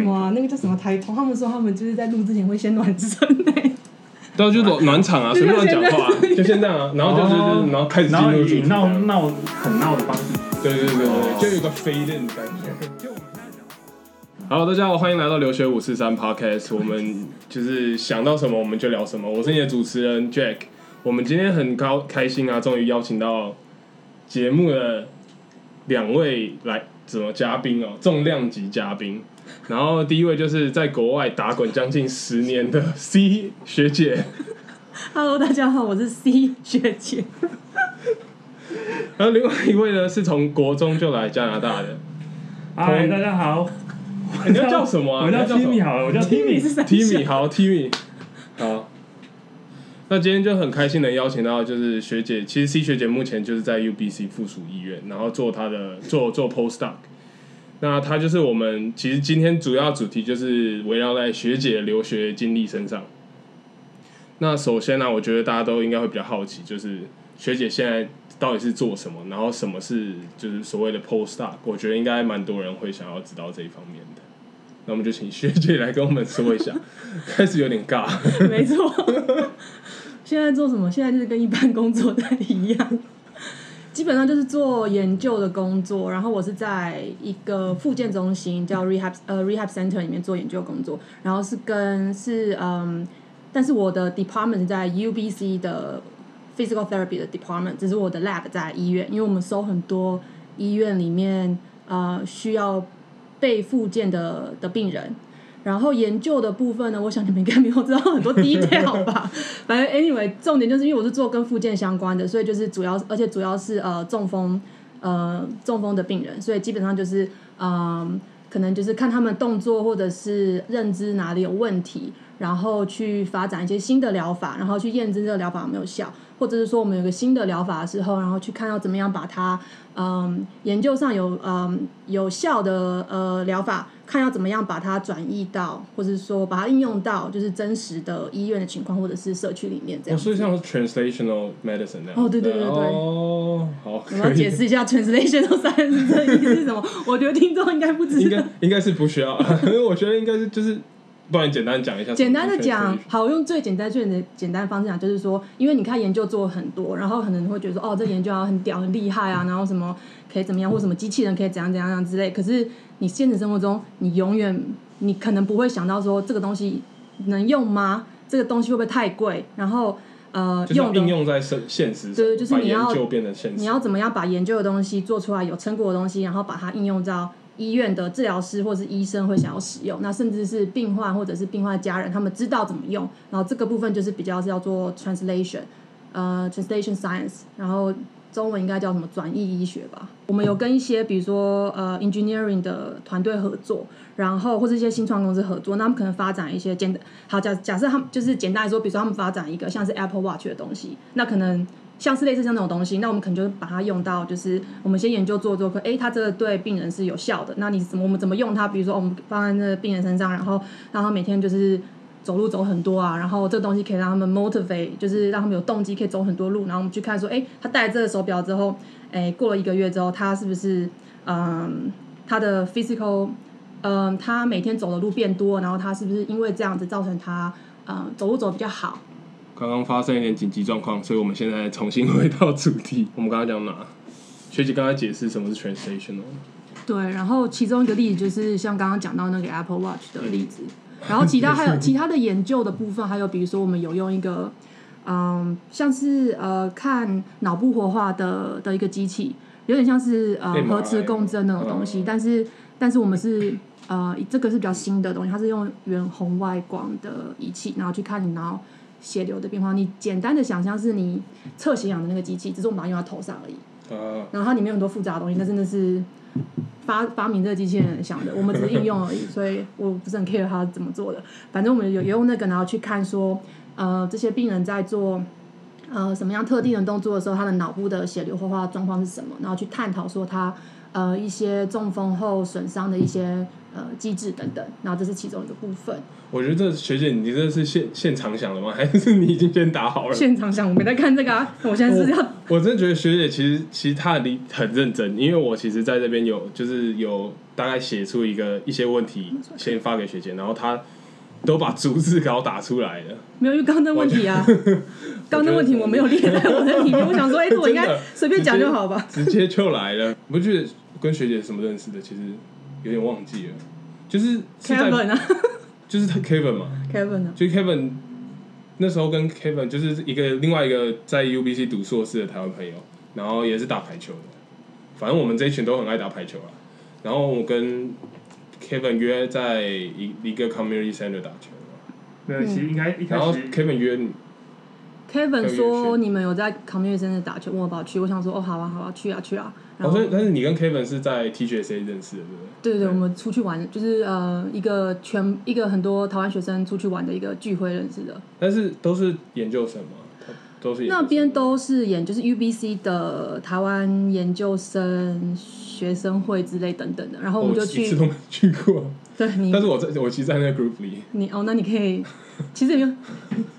么啊？那个叫什么台通？他们说他们就是在录之前会先暖身 呢、然后就暖暖场啊，随便乱讲话、啊，就先这 样啊，然后就是哦就是然后开始进然后入主以题闹啊，闹很闹的方式。对对对对，就有一个飞链的感觉。好，大家好，欢迎来到留学五四三 Podcast。我们就是想到什么我们就聊什么。我是你的主持人 Jack。我们今天很高开心啊，终于邀请到节目的两位来怎么嘉宾哦，重量级嘉宾。然后第一位就是在国外打滚将近十年的 C 学姐， Hello，大家好，我是 C 学姐。然后另外一位呢是从国中就来加拿大的，嗨，哎大家好，你要叫什么 啊我叫你要叫什么 Timmy 好了，我叫 Timmy 是三 Timmy 小好，Timmy 好。那今天就很开心的邀请到就是学姐，其实 C 学姐目前就是在 UBC 附属医院，然后做她的做做 postdoc。那她就是我们其实今天主要主题就是围绕在学姐留学经历身上。那首先呢、我觉得大家都应该会比较好奇，就是学姐现在到底是做什么，然后什么是就是所谓的 postdoc，我觉得应该蛮多人会想要知道这一方面的。那我们就请学姐来跟我们说一下，开始有点尬。没错。现在做什么？现在就是跟一般工作在一样，基本上就是做研究的工作。然后我是在一个复健中心叫 rehab 呃 rehab center 里面做研究工作，然后是跟是嗯，但是我的 department 是在 UBC 的 physical therapy 的 department，只是我的 lab 在医院，因为我们收很多医院里面呃需要被复健的的病人，然后研究的部分呢，我想你们应该没有知道很多 detail 吧。反正 anyway，重点就是因为我是做跟附件相关的，所以就是主要，而且主要是呃中风呃中风的病人，所以基本上就是嗯、可能就是看他们动作或者是认知哪里有问题，然后去发展一些新的疗法，然后去验证这个疗法有没有效，或者是说我们有个新的疗法的时候，然后去看要怎么样把它嗯研究上有嗯有效的呃疗法，看要怎么样把它转移到，或者说把它应用到就是真实的医院的情况或者是社区里面这哦，样。所以像是 translational medicine 那样。哦对对对对哦，好，我要可解以。释一下 translational science 这意思是什么？ 我觉得听众应该不知应道该。应该是不需要，因为我觉得应该是就是，不然简单讲一下。简单的讲，，好，用最简单、最简简单的方式讲，就是说，因为你看研究做很多，然后可能会觉得说，哦， 这研究啊很屌、很厉害啊，然后什么可以怎么样，或什么机器人可以怎样怎样怎样之类。可是你现实生活中，你永远你可能不会想到说这个东西能用吗？这个东西会不会太贵？然后呃，就是用要的应用在生现实上，对就是把你要研究变成现你实。要怎么样把研究的东西做出来有成果的东西，然后把它应用到医院的治疗师或是医生会想要使用，那甚至是病患或者是病患家人，他们知道怎么用，然后这个部分就是比较是要做 translation，呃，translation science，然后中文应该叫什么转译医学吧。我们有跟一些比如说呃 engineering 的团队合作，然后或是一些新创公司合作，那他们可能发展一些简单，好假假设他们就是简单来说，比如说他们发展一个像是 Apple Watch 的东西，那可能像是类似像那种东西，那我们可能就把它用到，就是我们先研究做做，可诶，它这个对病人是有效的，那你怎么我们怎么用它？比如说我们放在那个病人身上，然后让他每天就是走路走很多啊，然后这个东西可以让他们 motivate，就是让他们有动机可以走很多路，然后我们去看说，诶，他戴了这个手表之后，诶，过了一个月之后，他是不是嗯他的 physical 嗯，他每天走的路变多，然后他是不是因为这样子造成他嗯走路走得比较好？刚刚发生一点紧急状况，所以我们现在重新回到主题。我们刚刚讲哪？学姐刚才解释什么是 translational，对，然后其中一个例子就是像刚刚讲到那个 Apple Watch 的例子，然后其他还有其他的研究的部分，还有比如说我们有用一个嗯，像是呃看脑部活化的的一个机器，有点像是呃 MRI 核磁共振那种东西，嗯但是但是我们是呃这个是比较新的东西，它是用远红外光的仪器，然后去看你脑血流的变化。你简单的想象是你测血氧的那个机器，只是我们把它用在头上而已。啊，然后它里面有很多复杂的东西，那真的是发发明这个机器人想的，我们只是应用而已，所以我不是很 care 它怎么做的。反正我们有有用那个，然后去看说，呃，这些病人在做呃什么样特定的动作的时候，他的脑部的血流活化状况是什么，然后去探讨说他呃一些中风后损伤的一些呃机制等等，然后这是其中一个部分。我觉得这学姐，你这是现现场想的吗？还是你已经先打好了？现场想我没在看这个啊，我现在是要我真的觉得学姐其实其实她的理很认真，因为我其实在这边有就是有大概写出一个一些问题，先发给学姐，然后她都把逐字稿打出来了。没有，因为刚刚那问题啊， 刚刚那问题我没有列在我的里面，我想说，哎、这我应真该的随便讲就好吧。直接就来了。 我觉得跟学姐什么认识的，其实有点忘记了，就是是在 Kevin 啊就是他 Kevin 嘛， ，Kevin 啊，就是 Kevin 那时候跟 Kevin 就是一个另外一个在 UBC 读硕士的台湾朋友，然后也是打排球的，反正我们这一群都很爱打排球啦。啊然后我跟 Kevin 约在一一个 community center 打球，没有，其实应该一开然后始 Kevin 约你， Kevin 有有说你们有在 community center 打球，问我要不要去，我想说哦，好啊，好啊，去啊，去啊。然哦，后、所以但是你跟 Kevin 是在 TGSA 认识的，对不对？对对对，我们出去玩，就是呃一个全一个很多台湾学生出去玩的一个聚会认识的。但是都是研究生嘛，他都是研究那生边都是研就是 UBC 的台湾研究生学生会之类等等的，然后我们就一次去，都没去过。啊对你但是我在我其实在那个 group 里，你哦，那你可以，其实也没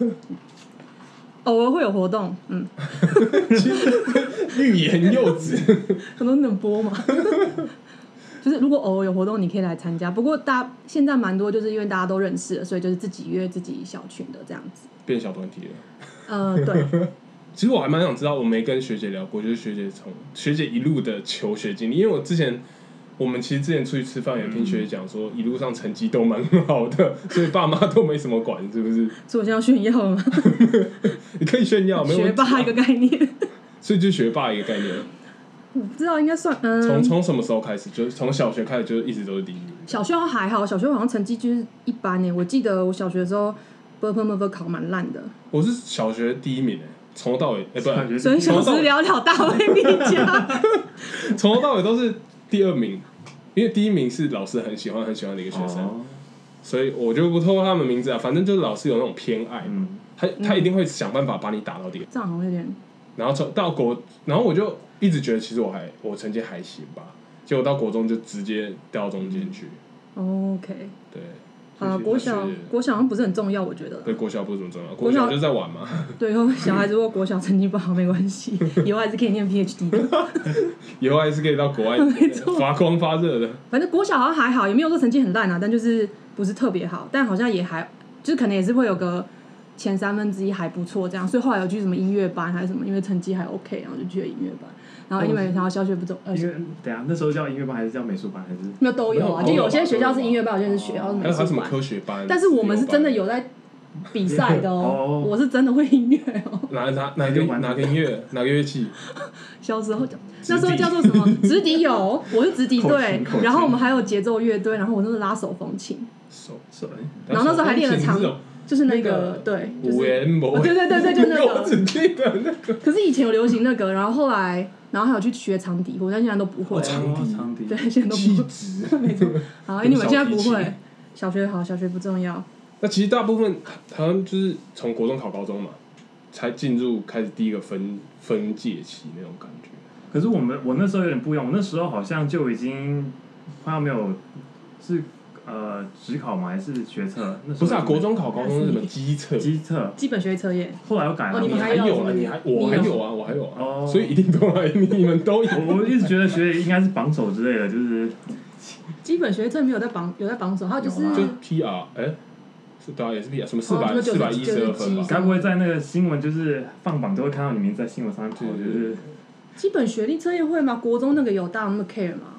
有，偶尔会有活动，嗯，欲言又止。可能能播嘛。 就是如果偶尔有活动，你可以来参加。不过大现在蛮多，就是因为大家都认识了，所以就是自己约自己小群的这样子。 变小团体了。呃，对，其实我还蛮想知道，我没跟学姐聊过，就是学姐从学姐一路的求学经历，因为我之前。我们其实之前出去吃饭，有听学姐讲说，一路上成绩都蛮好 的，所以爸妈都没什么管，是不是？所以我现在要炫耀了嘛，你可以炫耀，没有学问题啊霸一个概念， 所以就学霸一个概念。我不知道应该算嗯。从从什么时候开始？就是从小学开始，就一直都是第一名。小学还好，小学好像成绩就是一般呢、我记得我小学的时候，b u r p e r m u r p e r 考蛮烂的，我是小学第一名诶、从头到尾诶、不感觉所以小时了了，大为必加。 从头到尾都是第二名，因为第一名是老师很喜欢很喜欢的一个学生，哦所以我就不透露他们名字啊。反正就是老师有那种偏爱，嗯，他他一定会想办法把你打到第二。这样好像有点然后从到国，然后我就一直觉得其实我还我成绩还行吧，结果到国中就直接掉到中嗯间去。 OK。对，啊，国小国小好像不是很重要，我觉得。对国小不是怎么重要，国国小小就在玩嘛，对，以后小孩子如果国小成绩不好没关 系，以后还是可以念 PhD 的。以后还是可以到 国外没错发光发热的。反正国小好像还好，也没有说成绩很烂啊，但就是不是特别好，但好像也还，就是可能也是会有个前三分之一还不错这样。所以后来有去什么音乐班还是什么，因为成绩还 OK，然后就去了音乐班。然哦后因为然后小学不走，呃，音乐等一下那时候叫音乐班还是叫美术班还是？没有都有啊，没就有有些学校是音乐班，有些是学校是哦还美有还有什术么班。科学班？但是我们是真的自由有在比赛的哦，哦我是真的会音乐哦。班哪哪哪个玩哪个 音乐哪个乐器？小时候那时候叫做什 么？直笛有，我是直笛口琴队口，琴然后我们还有节奏乐队，然后我那是拉手风琴，手是然后那时候还练了长手风琴是哦就是那那个个对，就是五元魔哦对对对对，就那 我只个。记得那个可是以前有流行那个，然后后来，然后还有去学长笛，我但现在都不会哦，长笛长笛对，现在都气不质。会，没错。好，因为你们现在不小提会琴，小学好，小学不重要。那其实大部分好像就是从国中考高中嘛，才进入开始第一个分分界期那种感觉。可是我们我那时候有点不一样，我那时候好像就已经快要没有是呃职考吗？还是学测？那时不候是啊，就没国中考高中是什么机测？机测，基本学习测验，后来又改了。哦你们还还有啊，你还我还有啊，我还有啊，哦所以一定都来，你们 都有。我我一直觉得学姐应该是榜首之类的，就是基本学习测验没有在榜有在榜首，还有就是有啊就 PR 哎、是对啊，也是 PR 什么四哦百这个四百一十二90分吧90？该不会在那个新闻就是放榜都会看到你名字在新闻上面跑，就是基本学历测验会吗？国中那个有大家那么 care 吗？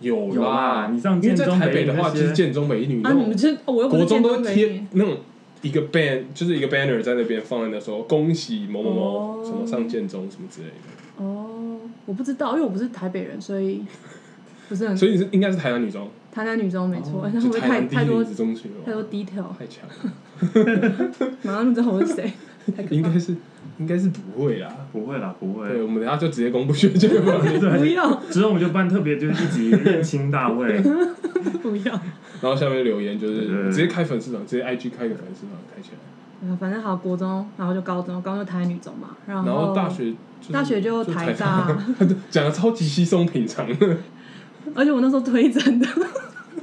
有有啦啦，你上因为建在中台北北女的话，那就是些，建中美女啊，那你们种，这哦我又不国是中建都中会北贴女那种一个 ban，就是一个 banner 在那边放在那说恭喜某某某哦什么上建中什么之类的，哦，我不知道，因为我不是台北人，所以不是很所以你是应该是台南女中，台南女中没错，但是哦就会不会台太南第一太女多子中学太吧，多 detail，太强了， 马上就知道我是谁，太可应怕该是应该是不会啦。不会啦，不对，会。我们等一下就直接公布学姐 吧。了！不 要之后我们就办特别就是一集认亲大会，不要，然后下面留言就是对直接开粉丝团，直接 IG 开个粉丝团开起来，啊反正好国中，然后就高中，高中就台南女中嘛，然然后大学就哦是大学就台大， 讲的超级稀松平常，而且我那时候推甄的，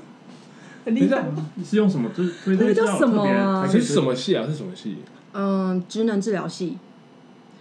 很等厉一害下。，你是用什么？就是推那个荐叫什么啊是什？么戏啊？是什么戏？嗯，职能治疗系，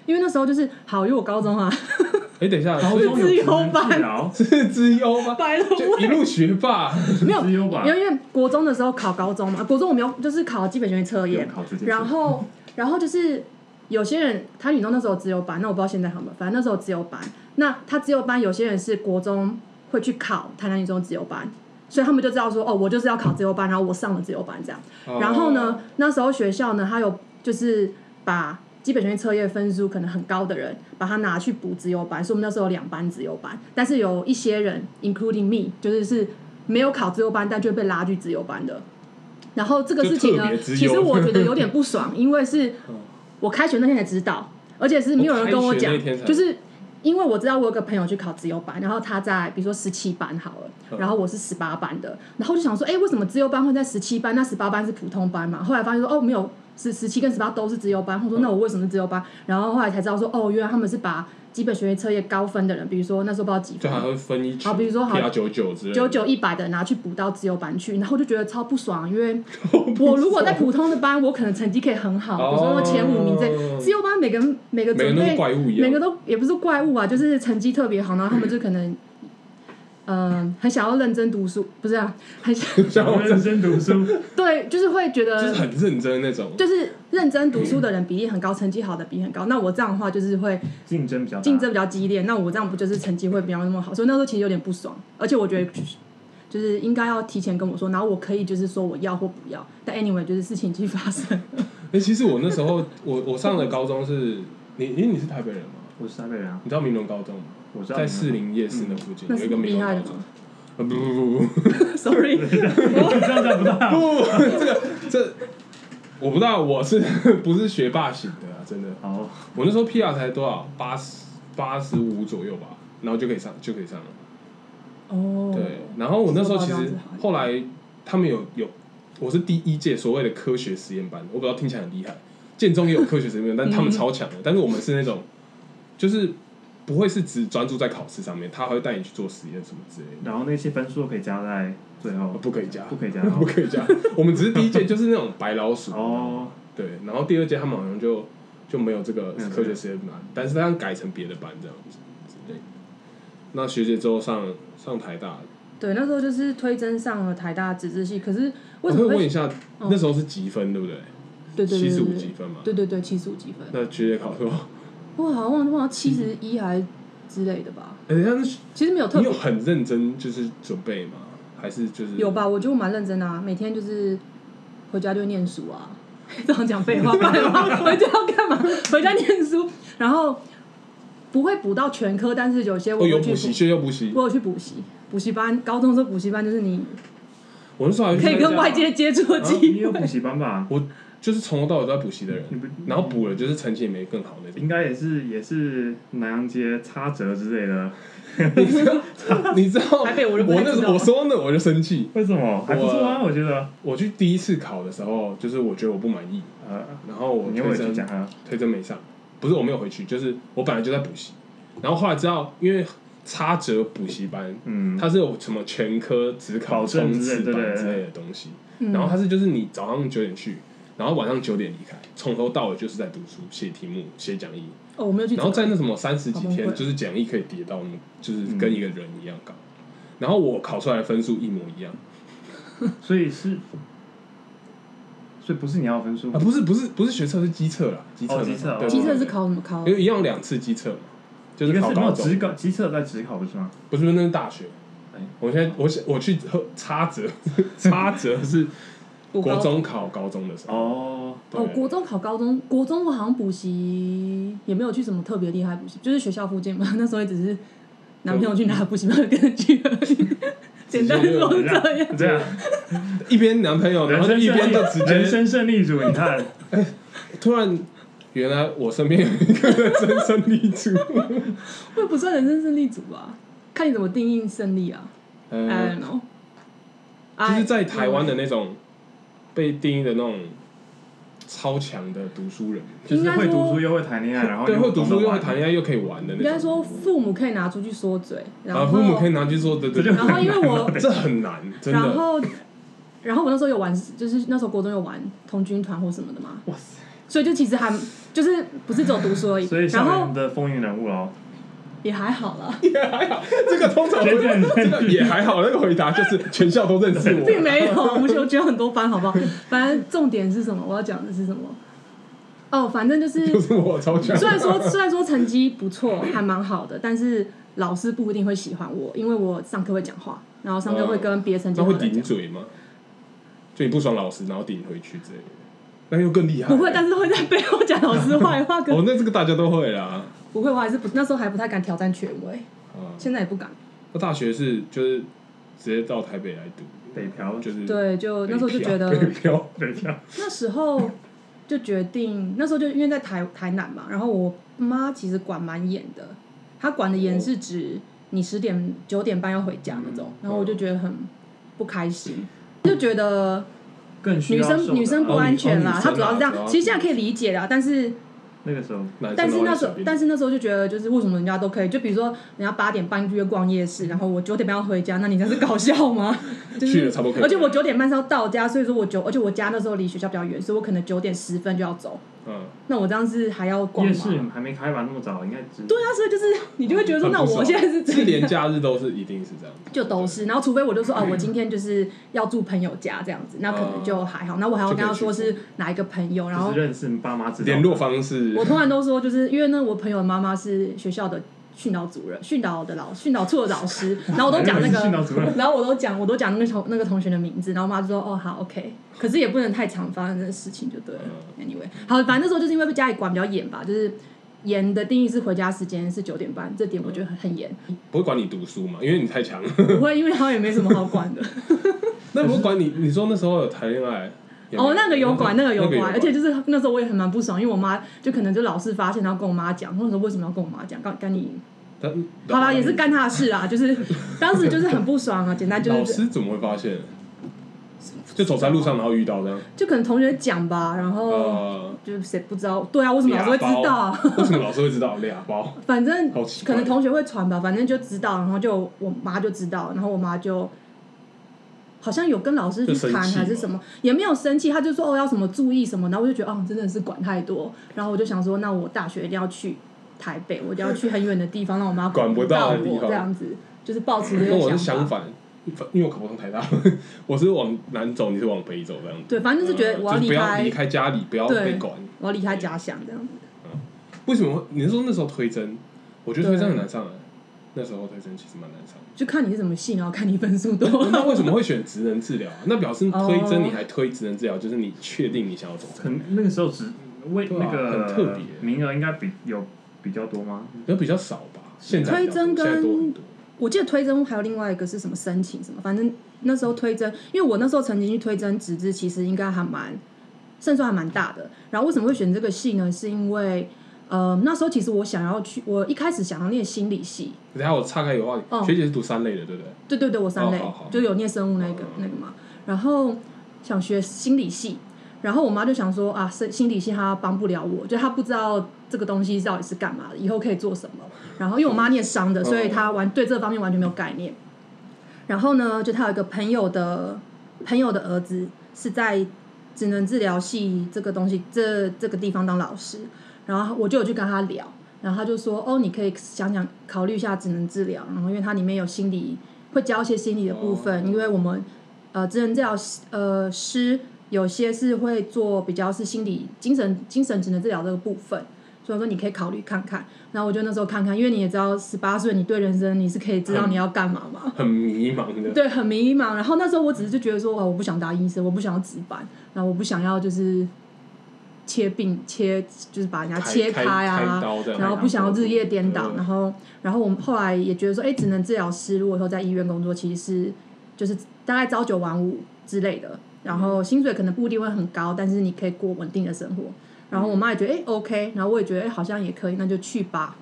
因为那时候就是好，因为我高中啊， 哎，等一下，特别才可以推高中有自由职能班治疗，是资优 吗？白了就一路学霸，没有资优吧因为因为国中的时候考高中嘛，国中我们有就是考基本学习测验有，考这件事然后然后就是有些人他女中那时候只有班，那我不知道现在好没有，反正那时候只有班。那他只有班，有些人是国中会去考台南女中只有班，所以他们就知道说哦，我就是要考只有班，然后我上了只有班这样。 哦然后呢，那时候学校呢，他有就是把基本学习测验分数可能很高的人，把它拿去补自由班，所以我们那时候有两班自由班，但是有一些人，including me，就是是没有考自由班，但就被拉去自由班的。然后这个事情就特呢别，哦自由其实我觉得有点不爽，因为 是我开学那天才知道，而且是没有人跟我讲我开学那天才，就是因为我知道我有个朋友去考自由班，然后他在比如说十七班好了，嗯然后我是十八班的，然后就想说，哎，为什么自由班会在十七班？那十八班是普通班嘛？后来发现说，哦，没有，十十七跟十八都是自由班。我说，那我为什么是自由班？然后后来才知道说，哦，原来他们是把基本学业测验高分的人，比如说那时候不知道几就分，还会分一好比如说好要九九之类的，九九一百的拿去补到自由班去，然后我就觉得超不爽，因为我如果在普通的班，我可能成绩可以很好，比如说前五名哦这自由班每个人每个每个准人都是备怪物一样，每个都也不是怪物啊，就是成绩特别好，然后他们就可能嗯、呃很想要认真读书，不是啊，很想像我想这认真读书，对，就是会觉得就是很认真那种，就是认真读书的人比例很高，成绩好的比例很高，那我这样的话就是会竞争比较大竞争比较激烈，那我这样不就是成绩会比较那么好？所以那时候其实有点不爽，而且我觉得就是应该要提前跟我说，然后我可以就是说我要或不要。但 anyway，就是事情已经发生，哎，其实我那时候，我我上的高中是，你因为你是台北人嘛，我是台北人啊， 你知道明伦高中吗？我知道在士林夜市那附近那有是一个明厉害伦的高中吗。呃不不不不？Sorry，这样讲不大好。不，这个这我不知道，我是 不是学霸型的啊？真的，好，我那时候 PR 才多少，八十八十五左右吧，然后就可以上就可以上了。哦，对，然后我那时候其说到这样实子好后来他们有有，我是第一届所谓的科学实验班，我不知道听起来很厉害，建中也有科学 实验班，但他们超强的，嗯但是我们是那种就是不会是只专注在考试上面，他还会带你去做实验什么之类的。然后那些分数可以加在最后，不可以加，哦不可以加不可以加。我们只是第一届 就是那种白老鼠，哦，对。然后第二届他们好像就就没有这个没有科学实验班，但是他改成别的班这样子之类的。那学姐之后上上台大，对，那时候就是推甄上了台大纸质系，可是我为什会么问会一下，嗯哦那时候是几分，对不对？对对七对十对五对几分嘛。对对对七十五几分，那学姐考多少？我好像忘了忘了七十一还之类的吧，哎，等一下其实没有特你别有很认真就是准备吗？还是就是有？吧，我觉得我蛮认真的啊，每天就是回家就念书啊， 这样讲废话干嘛？ 回家要干嘛？回家念书，然后不会补到全科，但是有些我哦，有会补去习，学校补习补，。我有去补习，补习班，高中的时候补习班就是你我那时候还去可以参跟加外界接触的啊你机有会。补习班吧？我就是从头到尾都在补习的人你不，然后补了就是成绩也没更好那种。应该也是也是南洋街插折之类的，你知道， 你知道，台北我我就不太那知时道候我说那我就生气。为什么？还不错啊，我觉得。我去第一次考的时候，就是我觉得我不满意，呃，然后我你有没推有去讲甄啊？推甄没上，不是我没有回去，就是我本来就在补习，然后后来知道因为差折补习班，嗯，它是有什么全科只考保证冲之刺类对班对之对类的东西，嗯然后它是就是你早上九点去，然后晚上九点离开，从头到尾就是在读书、写题目、写讲义，哦，我没有去然后走，在那什么三十几好天，崩溃就是讲义可以叠到，就是嗯跟一个人一样高。然后我考出来的分数一模一样所以是，所以不是你要的分数啊，，不是不是不是学测是机测啦，机测哦嘛机测对哦机测是对对考什么考因？为一样两次机测嘛，就一是个考是没高有中，职考，机测在职考不是吗？不是不是那是大学哎。我现在我我去喝插折， 插折是补国高中考高中的时候，哦，哦，对国中考高中，国中我好像补习也没有去什么特别厉害补习，就是学校附近嘛。 那时候也只是男朋友去拿补习班跟着去 而已，简单说是这样。这样，一边男朋友，哦然人后就生一胜边利就直人接生胜利组，你看，突然，原来我身边有一个人生胜利 组，会不算人生胜利组吧？看你怎么定义胜利啊。I 嗯 don't，know。就是哎在台湾的那种被定义的那种超强的读书人，就是 会应该读说书又会谈恋爱，然后对，会读书又会谈爱，恋爱又可以玩的应该那种。说父母可以拿出去说嘴，然啊，后 父母可以拿去做，对对这对 就，然后因为我这很难，真然的。后然后我那时候有玩，就是那时候国中有玩童军团或什么的嘛，哇塞！所以就其实还就是不是走读书而已，所以然校后园的风云人物喽，也还好啦， 也还好，这个通常真的这个 也还好，那个回答就是全校都认识并我。没有，我们我觉得很多班好不 好？反正重点是什么？我要讲的是什么？哦，反正就是就是我超强，虽然说 虽然说成绩不错，还蛮好的，但是老师不一定会喜欢我，因为我上课会讲话，然后上课会跟别的成绩那好会的人顶讲。嘴吗？就你不爽老师，然后顶回去之类的，那又更厉害。不会，但是会在背后讲老师坏话，跟哦，那这个大家都会啦。不会，我还是不那时候还不太敢挑战权威，啊，现在也不敢。那大学是就是直接到台北来读，北漂就是对，就那时候就觉 北得，漂，北漂，那时候就决定，那时候就因为在台台南嘛，然后我妈其实管蛮严的，她管的严是指你十点九点半要回家那种，然后我就觉得很不开心，就觉得更需女要受生的女生不安全哦啦女，她生啊主要是这主要样。其实现在可以理解啦，但是那个时候，男生但是都会那时候随便但是那时候就觉得，就是为什么人家都可以？就比如说人家八点半去逛夜市，然后我九点半要回家，那你这是搞笑吗？ 就去了是差不多可以而且我九点半是要到家，所以说我九，而且我家那时候离学校比较远，所以我可能九点十分就要走。嗯，那我这样是还要逛夜吗？市还没开完那么早，应该只对啊，所以就是你就会觉得说，那很不爽我现在是是自己连假日都是一定是这样子， 就都是，然后除非我就说哦，我今天就是要住朋友家这样子，那可能嗯就还好。那我还要跟他说是哪一个朋友，然后就是认识爸妈知道联络方式我通常都说，就是因为呢，我朋友的妈妈是学校的训导主任、训导的老训导处的老师，然后我都讲那训导个，主任，然后我都讲，我都讲那个同那个同学的名字，然后我妈就说哦好 OK，可是也不能太常发生这个事情就对了。Anyway，好，反正那时候就是因为被家里管比较严吧，就是严的定义是回家时间是九点半，这点我觉得很很严，不会管你读书嘛，因为你太强了。 不会，因为好像也没什么好管的。 那不管你，你说那时候有谈恋爱？也没哦，那个有管，那个有管，而且就就是那时候我也很蛮不爽，因为我妈就可能就老是发现，然后跟我妈讲，或者说为什么要跟我妈讲，干干你好啦，也是干他的事 啦，就是当时就是很不爽啊，简单就老是师怎么会发现？就走在路上然后遇到这样，就可能同学讲吧，然后呃，就是谁不知道，对啊，为什么老师会知道 啊？俩包？呃为什么老师会知道？俩包，反正好奇怪可能同学会传吧，反正就知道，然后就我妈就知道，然后我妈就好像有跟老师就生去气谈还是嘛什么，也没有生气，她就说哦要什么注意什么，然后我就觉得哦真的是管太多，然后我就想说那我大学一定要去台北，我一定要去很远的地方，让我妈管不不到到的地我方这样子，就是抱持这跟个我是想相法。反，因为我考不上台大， 我是往南走，你是往北走这样子。对，反正就是觉得我要就是离不开，要离开家里，不要对被管。我要离开家乡这样子。为什么会？你是说那时候推甄？我觉得推甄对很难上啊。那时候推甄其实蛮难上。 就看你是什么系，然后看你分数多。那为什么会选职能治疗啊？那表示推哦甄你还推职能治疗，就是你确定你想要走这个很那个时候只为对啊那个很特别名额应该比有比较多吗？可能比较少吧。现在推比较多甄跟现在多很多，我记得推甄还有另外一个是什么申请什么，反正那时候推甄，因为我那时候曾经去推甄职志，其实应该还蛮胜算还蛮大的。然后为什么会选这个系呢？是因为呃那时候其实我想要去，我一开始想要念心理系，等一下我岔开一个话嗯题，学姐是读三类的，对不对？对对对，我三类、哦好好就有念生物那个、嗯那个嘛，然后想学心理系，然后我妈就想说啊，心心理系她帮不了我，就她不知道这个东西到底是干嘛的，以后可以做什么。然后因为我妈念商的，嗯所以她完对这方面完全没有概念。然后呢，就她有一个朋友的朋友的儿子是在职能治疗系这个东西这这个地方当老师，然后我就有去跟他聊，然后他就说哦，你可以想想考虑一下职能治疗，然后因为它里面有心理会教一些心理的部分，哦因为我们呃职能治疗师呃师有些是会做比较是心理精神精神职能治疗这个部分。所以说你可以考虑看看，然后我就那时候看看，因为你也知道十八岁，你对人生你是可以知道你要干嘛嘛。很迷茫的。对，很迷茫。然后那时候我只是就觉得说，哦，我不想当医生，我不想要值班，然后我不想要就是切病切，就是把人家切开开啊，刀这样然后不想要日夜颠倒。嗯然后，然后我们后来也觉得说，哎，职能治疗师如果说在医院工作，其实是就是大概朝九晚五之类的，然嗯后薪水可能不一定会很高，但是你可以过稳定的生活。然后我妈也觉得哎、OK，然后我也觉得哎好像也可以，那就去吧，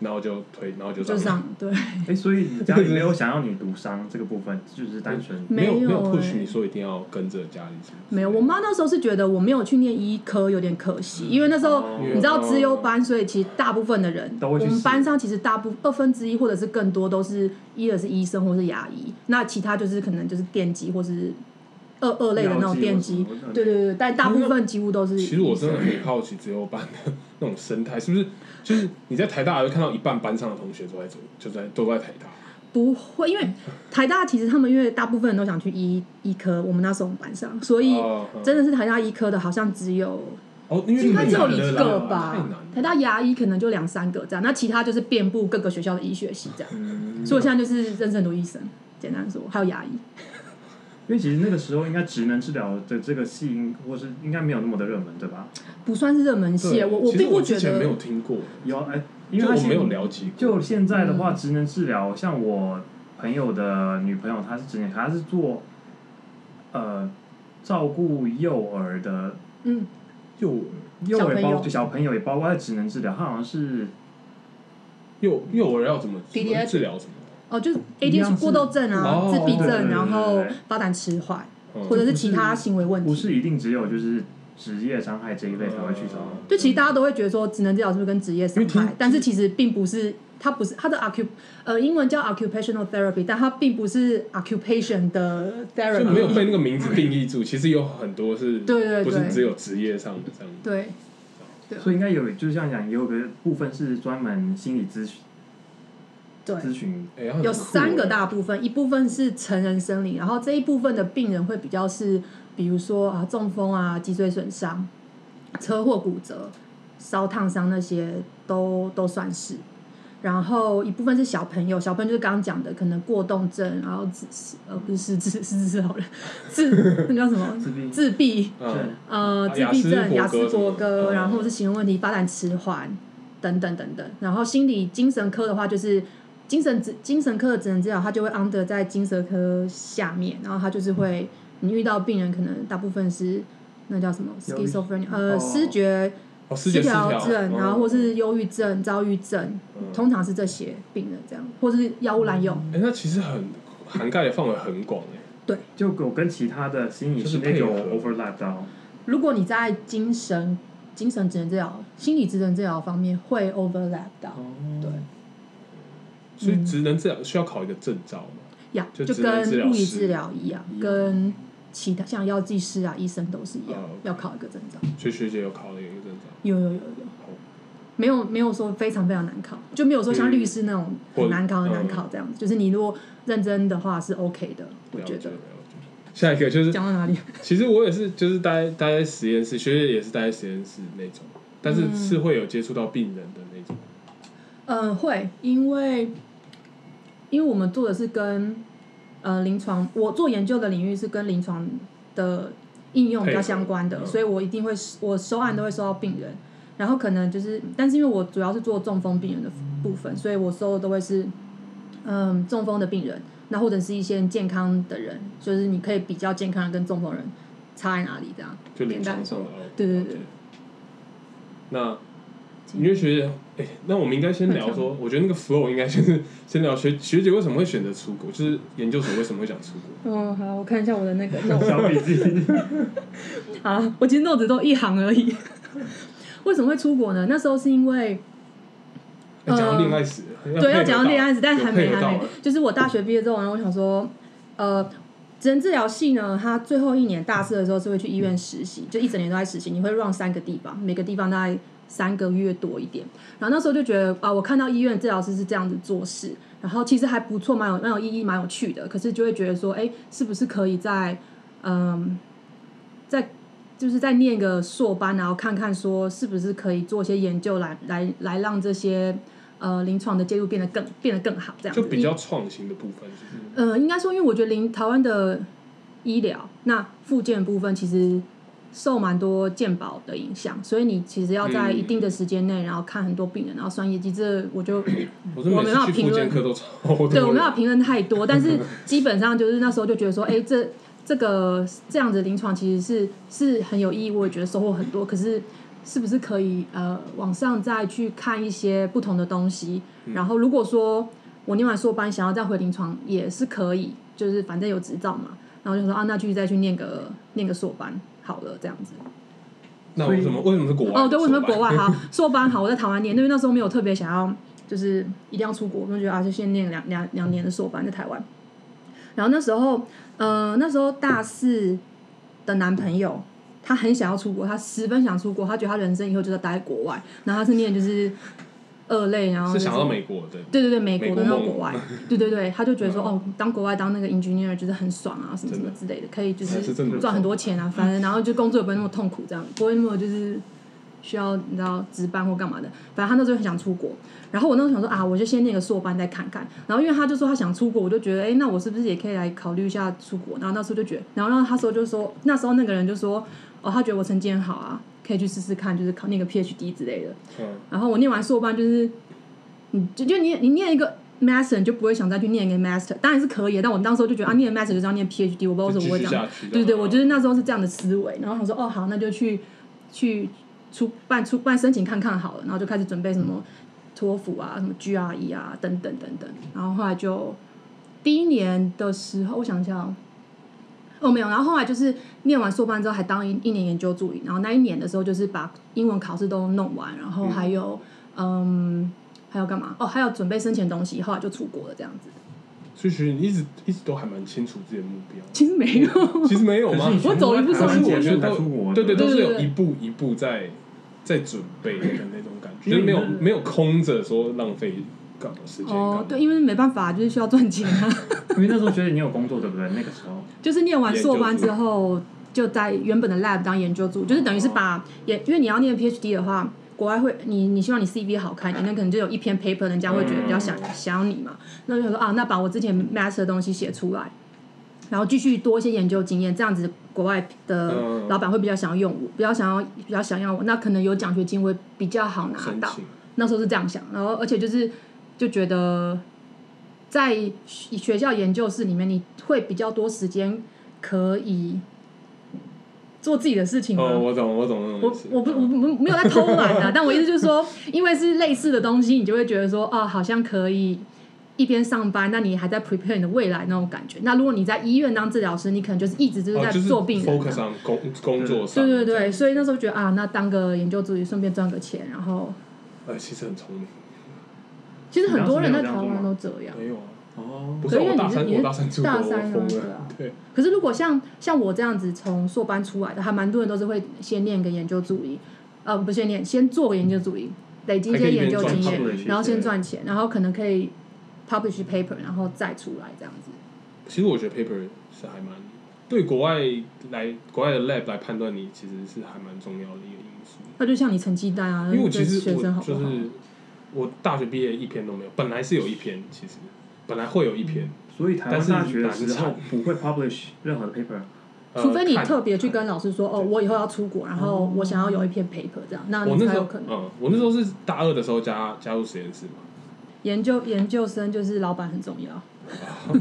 然后就推，然后就就上。上对，哎，所以你家里没有想要你读商这个部分，就是单纯没有没有哎 push 你说一定要跟着家里什么之类的没有，我妈那时候是觉得我没有去念医科有点可惜，因为那时候哦你知道资优班，所以其实大部分的人，都我会去们试班上其实大部二分之一或者是更多都是一的是医生或是牙医，那其他就是可能就是电机或是二二类的那种电机药剂或什么，对对对，但大部分几乎都是医生。其实我真的很好奇自由班的那种生态，是不是就是你在台大就看到一半班上的同学都在走，就在都在台大，不会，因为台大其实他们因为大部分人都想去医医科，我们那时候我们班上，所以哦嗯真的是台大医科的，好像只有哦，因为应你该们只有两一个个啦吧太难了。，台大牙医可能就两三个这样，那其他就是遍布各个学校的医学系这样。嗯所以我现在就是认识很多医生，简单说，还有牙医。因为其实那个时候应该职能治疗的这个系应，或是应该没有那么的热门，对吧？不算是热门系，对我其实并不我觉之前没有得。听过，有哎，因为因为它我现没有嗯了解过。就现在的话，职能治疗，像我朋友的女朋友，她是职能，她是做呃照顾幼儿的，嗯，幼幼小儿朋包友就小朋友也包括在职能治疗，她好像是幼幼儿要怎么怎 DDS 么治疗什么的？哦，就是一样 ADHD 是过动症啊哦，自闭对对症，对然后对对发展迟缓，嗯或者是其他行为问不题。是一定只有就是职业伤害这一类才会去找。就其实大家都会觉得说，职能治疗是不是跟职业伤因为害听？但是其实并不是，它不是它的 occup 呃英文叫 occupational therapy，但它并不是 occupation 的就没有 therapy。被那个名字定义住。其实有很多是，对对对不是只有职业上的这样。对，对所以应该有，就像讲，也有个部分是专门心理咨询对咨询，哎、很酷有三个哎大部分，一部分是成人生理，然后这一部分的病人会比较是，比如说啊中风啊、脊髓损伤、车祸骨折、烧烫伤那些都都算是。然后一部分是小朋友，小朋友就是刚刚讲的，可能过动症，然后自呃不是失智，失智是好人，自那叫什么自闭自闭，嗯，呃啊自闭症、雅雅斯斯伯伯格格，嗯然后是行为问题、发展迟缓等等等等。然后心理精神科的话，就是精神治精神科的职能治疗，它就会 under 在精神科下面，然后它就是会你遇到病人，可能大部分是那叫什么忧郁 schizophrenia，哦呃，失觉哦，视失觉失调调症，然后或是忧郁症、躁郁症，嗯通常是这些病人这样，或是药物滥用。哎、那其实很涵盖的范围很广哎、就有跟其他的心理就是那配有合 overlap 到，如果你在精神精神职能治疗、心理职能治疗方面会 overlap 到。哦对，所嗯以职能治疗需要考一个证照嘛。呀就就只能治疗跟物理师治疗一样，一样跟其他像药剂师啊、医生都是一样哦，OK 要考一个证照。所以学姐有考了一个证照，有有有有，没有没有说非常非常难考，就没有说像律师那种嗯很难考或很者难考这样子。就是你如果认真的话是 OK 的，我了觉解得了解。。下一个就是讲到哪里？其实我也是，就是待待在实验室，学姐也是待在实验室那种，但是是会有接触到病人的那种。嗯，会，因为因为我们做的是跟呃临床，我做研究的领域是跟临床的应用比较相关配的，合嗯所以我一定会我收案都会收到病人，然后可能就是，但是因为我主要是做中风病人的部分，所以我收的都会是嗯中风的病人，那或者是一些健康的人，就是你可以比较健康人跟中风人差在哪里这样，就临简床上的单说。哦对对了对解那因为学姐，哎、那我们应该先聊说，我觉得那个 flow 应该就是先聊学学姐为什么会选择出国，就是研究所为什么会想出国？嗯，好，我看一下我的那个 note 小笔记，啊，我其实 note 都一行而 已。为什么会出国呢？那时候是因为要哎讲到呃恋爱史，对要讲到恋爱史，但是还没还啊没，就是我大学毕业之后，然后我想说，呃，职能治疗系呢，它最后一年大四的时候是会去医院实习，就一整年都在实习，你会 run 三个地方，每个地方大概三个月多一点。然后那时候就觉得啊，我看到医院治疗师是这样子做事，然后其实还不错，蛮有蛮有意义，蛮有趣的。可是就会觉得说，哎，是不是可以在嗯，在就是在念个硕班，然后看看说是不是可以做一些研究来来来让这些呃临床的介入变得更变得更好，这样子就比较创新的部分，就是呃，应该说，因为我觉得临台湾的医疗那附件部分其实受蛮多健保的影响，所以你其实要在一定的时间内，然后看很多病人，然后算业绩，这我就我是每我没办法次去复评论健科都超多人，对我没有办法评论太多，但 是基本上就是那时候就觉得说，哎、这这个这样子临床其实是是很有意义，我也觉得收获很多。可是是不是可以呃往上再去看一些不同的东西？嗯然后如果说我念完硕班想要再回临床也是可以，就是反正有执照嘛。然后就说啊，那继续再去念个念个硕班好了，这样子。那为什么为什么是国外？哦，对，为什么国外说白了？ 好？硕班好，我在台湾念，因为那时候没有特别想要，就是一定要出国，我就觉得啊，就先念两两两年的硕班在台湾。然后那时候，呃，那时候大四的男朋友，他很想要出国，他十分想出国，他觉得他人生以后就是要待在国外。然后他是念就是二类，然后、是就是想到美国的，对对对，美美国国的那种梦国外，对对 对，他就觉得说，嗯哦，当国外当那个 engineer 就是很爽啊，什么什么之类的，可以就还是是真的不错赚很多钱啊， 反正然后就工作也不会那么痛苦，这样不会那么就是需要你知道值班或干嘛的。反正他那时候很想出国，然后我那时候想说啊，我就先念个硕班再看看。然后因为他就说他想出国，我就觉得，哎，那我是不是也可以来考虑一下出国？然后那时候就觉得，然后那时候就说，那时候那个人就说，哦，他觉得我成绩很好啊，可以去试试看，就是考那个 PhD 之类的。嗯，然后我念完硕班就是，你就就你你念一个 master，你就不会想再去念一个 master，当然是可以的，但我当时候就觉得啊，念 master 就是要念 PhD，我不知道为哦什就么继我会续这样，下去。啊对对对，我就是得那时候是这样的思维，然后想说哦好，那就去去出办出办申请看看好了，然后就开始准备什嗯么托福啊、什么 GRE 啊等等等等，然后后来就第一年的时候，我想一下哦。哦，没有，然后后来就是念完硕班之后，还当一一年研究助理，然后那一年的时候，就是把英文考试都弄完，然后还有嗯还有干嘛？哦，还有准备生前东西，后来就出国了这样子。所以其实你一直一直都还蛮清楚自己的目标。其实没有，其实没有吗可是？你我走一步但算是一步我我觉觉得得出国都的，对对，对都是对有对一步一步在在准备的那种感因觉，就为是你没有就是没有空着说浪费干嘛时间哦，干对，嘛。因为没办法，就是需要赚钱啊。因为那时候觉得你有工作，对不对？那个时候，就是念完硕班之后，就在原本的 lab 当研究助，就是等于是哦把也，因为你要念 PhD 的话，国外会你你希望你 CV 好看一点，那可能就有一篇 paper，人家会觉得比较想、嗯想要你嘛。那就想说啊，那把我之前 master 的东西写出来，然后继续多一些研究经验，这样子国外的嗯老板会比较想要用我，比较想要比较想要我，那可能有奖学金会比较好拿申到。请那时候是这样想，然后而且就是就觉得在学学校研究室里面，你会比较多时间可以做自己的事情吗？哦，我懂，我懂那我种意思。啊我不我不没有在偷懒啊，但我意思就是说，因为是类似的东西，你就会觉得说，啊，好像可以一边上班，那你还在 prepare 你的未来那种感觉。那如果你在医院当治疗师，你可能就是一直就是哦在就是做病人、啊 focus on 工工作上，对对对，所以那时候觉得啊，那当个研究助理，顺便赚个钱，然后呃，其实很聪明，其实很多人在你台当时没有这样做吗湾都这样。没有啊，哦不是可啊是因我为大你是三，你是我大三出国，大我三啊疯对了啊，对，可是如果像像我这样子从硕班出来的，还蛮多人都是会先念个研究助理，呃，不是先念，先做个研究助理，累积一些研究经还可以一边验，赚然后先赚钱，然后可能可以 publish paper，然后再出来这样子。其实我觉得 paper 是还蛮对国外来国外的 lab 来判断你，其实是还蛮重要的一个因素。那就像你成绩单啊，因为我对其实学我生好不就好？是我大学毕业一篇都没有，本来是有一篇，其实本来会有一篇，所以台但湾是大学的时难候不会 publish 任何的 paper，嗯呃除非你看哦特别去跟老师说，哦，我以后要出国，然后我想要有一篇 paper 这样，那我你那才时有候可能。嗯，我那时候是大二的时候加加入实验室嘛，研究研究生就是老板很重要，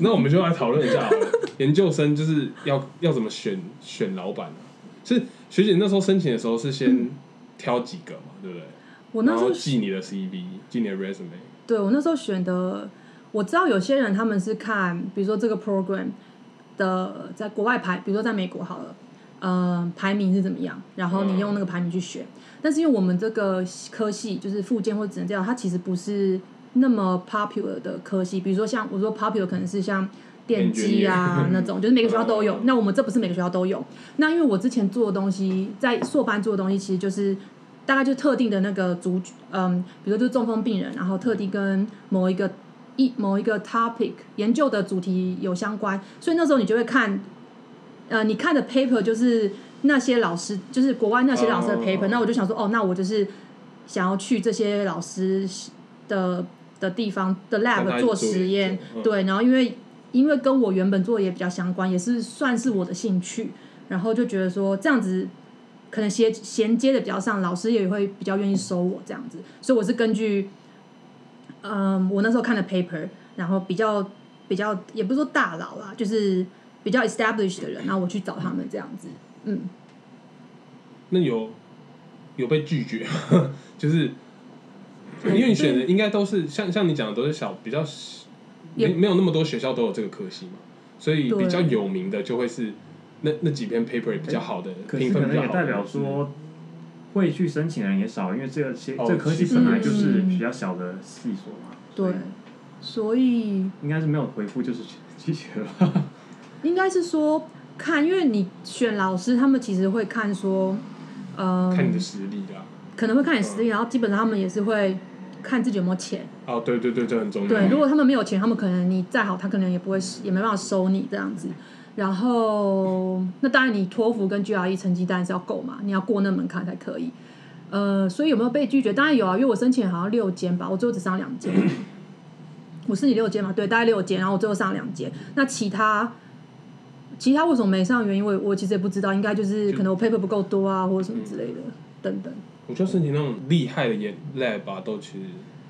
那我们就来讨论一下好了研究生就是要要怎么选选老板啊？是学姐那时候申请的时候是先挑几个嘛，对不对？嗯我那然时候后寄你的 CV，寄你的 resume，对我那时候选的，我知道有些人他们是看，比如说这个 program 的在国外排，比如说在美国好了，呃，排名是怎么样，然后你用那个排名去选。但是因为我们这个科系就是附件或者诊疗，它其实不是那么 popular 的科系，比如说像我说 popular 可能是像。电机啊， Engineer 那种就是每个学校都有嗯。那我们这不是每个学校都有。那因为我之前做的东西，在硕班做的东西，其实就是大概就特定的那个族群，嗯，比如说就是中风病人，然后特地跟某一个一某一个 topic 研究的主题有相关，所以那时候你就会看，呃，你看的 paper 就是那些老师，就是国外那些老师的 paper，、哦那我就想说，哦，那我就是想要去这些老师的的地方的在那 lab 里做做实验研究，嗯对，然后因为因为跟我原本做的也比较相关，也是算是我的兴趣，然后就觉得说这样子可能衔衔接的比较上，老师也会比较愿意收我这样子，所以我是根据，嗯，我那时候看的 paper，然后比较比较也不是说大佬啦，就是比较 established 的人，然后我去找他们这样子，嗯，那有有被拒绝， 就是哎因为你选的应该都是像像你讲的都是小比较也没没有那么多学校都有这个科系嘛，所以对比较有名的就会是那那几篇 paper 比较好的，哎可评是可分比能较也好的。代表嗯说会去申请的人也少，因为这个些哦这个科技其实本来就是比较小的系所嘛。嗯对所以，所以应该是没有回复就是拒绝了 吧。应该是说看，因为你选老师，他们其实会看说，呃，看你的实力啦。可能会看你实力，然后基本上他们也是会看自己有没有钱。哦，对对对，这很重要。对，如果他们没有钱，他们可能你再好，他可能也不会，也没办法收你这样子。然后，那当然你托福跟 GRE 成绩当然是要够嘛，你要过那门槛才可以。呃，所以有没有被拒绝？当然有啊，因为我申请好像六间吧，我最后只上两 间。我是你六间嘛？对，大概六间，然后我最后上两间。那其他其他为什么没上？原因我也我其实也不知道，应该就是可能我 paper 不够多啊，或者什么之类的，等等。我觉得申请那种厉害的研 lab 啊，都其实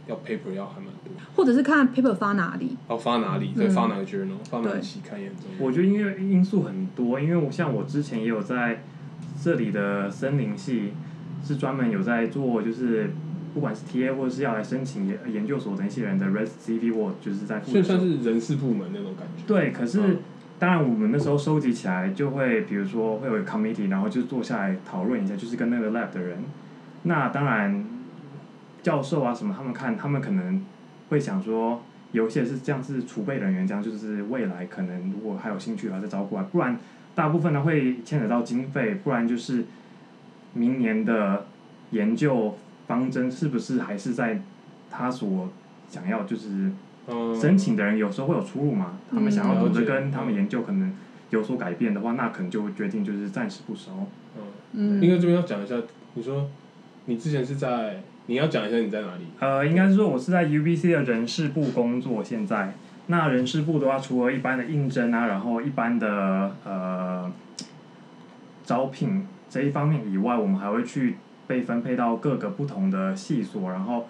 要 paper 要还蛮多，或者是看 paper 发哪里。要发哪里，对，发哪个 journal，发哪个嗯对期刊也很重要。我觉得因为因素很多，因为我像我之前也有在这里的森林系是专门有在做，就是不管是 TA 或者是要来申请研研究所的一些人的 res CV，我就是在负所责以算是人事部门那种感觉。对，可是。嗯当然，我们那时候收集起来就会，比如说会有一个 committee，然后就坐下来讨论一下，就是跟那个 lab 的人。那当然，教授啊什么，他们看，他们可能会想说，有一些是这样是储备人员，这样就是未来可能如果还有兴趣的话再招过来，不然大部分呢会牵扯到经费，不然就是明年的研究方针是不是还是在他所想要就是嗯，申请的人有时候会有出入嘛，他们想要读嗯了的解跟他们研究可能有所改变的话，那可能就会决定就是暂时不收。嗯，嗯，应该这边要讲一下，你说你之前是在，你要讲一下你在哪里？呃，应该是说我是在 UBC 的人事部工作，现在那人事部的话，除了一般的应征啊，然后一般的呃招聘这一方面以外，我们还会去被分配到各个不同的系所，然后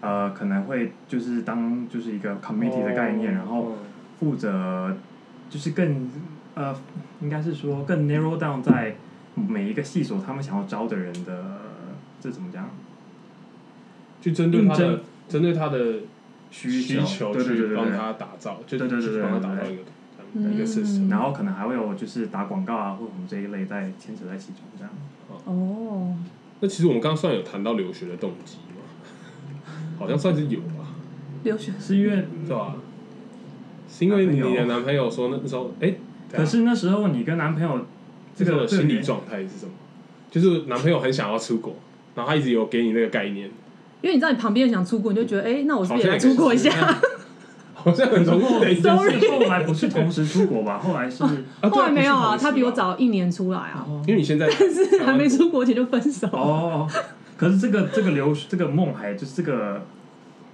呃可能会就是当就是一个 committee 的概念，然后哦负责就是更呃，应该是说更 narrow down 在每一个系所他们想要招的人的这怎么讲去针对他应的针对他的需求对对对去对帮对。他打造，就对对对去对帮他对打对造一个嗯一个 system。然后可能还会有就是打广告啊，或者什么这一类在牵扯在其中这样。哦，那其实我们刚刚算有谈到留学的动机嘛， 好像算是有吧，留学是因为，对吧？是因为你的男朋友说那时候，哎，啊可是那时候你跟男朋友这这个个心理状态是什么？就是男朋友很想要出国，然后他一直有给你那个概念，因为你知道你旁边人想出国，你就觉得哎、诶那我是不是也来好像出也国一下？ 好像很重 要的一件事。 Sorry 后来不是同时出国 吧？后来是啊后来没有啊，啊，对他比我，早一年出来啊，不是同时因为 你现在但是还没出国前就分手，哦， 可是这个这个流这个梦还就是这个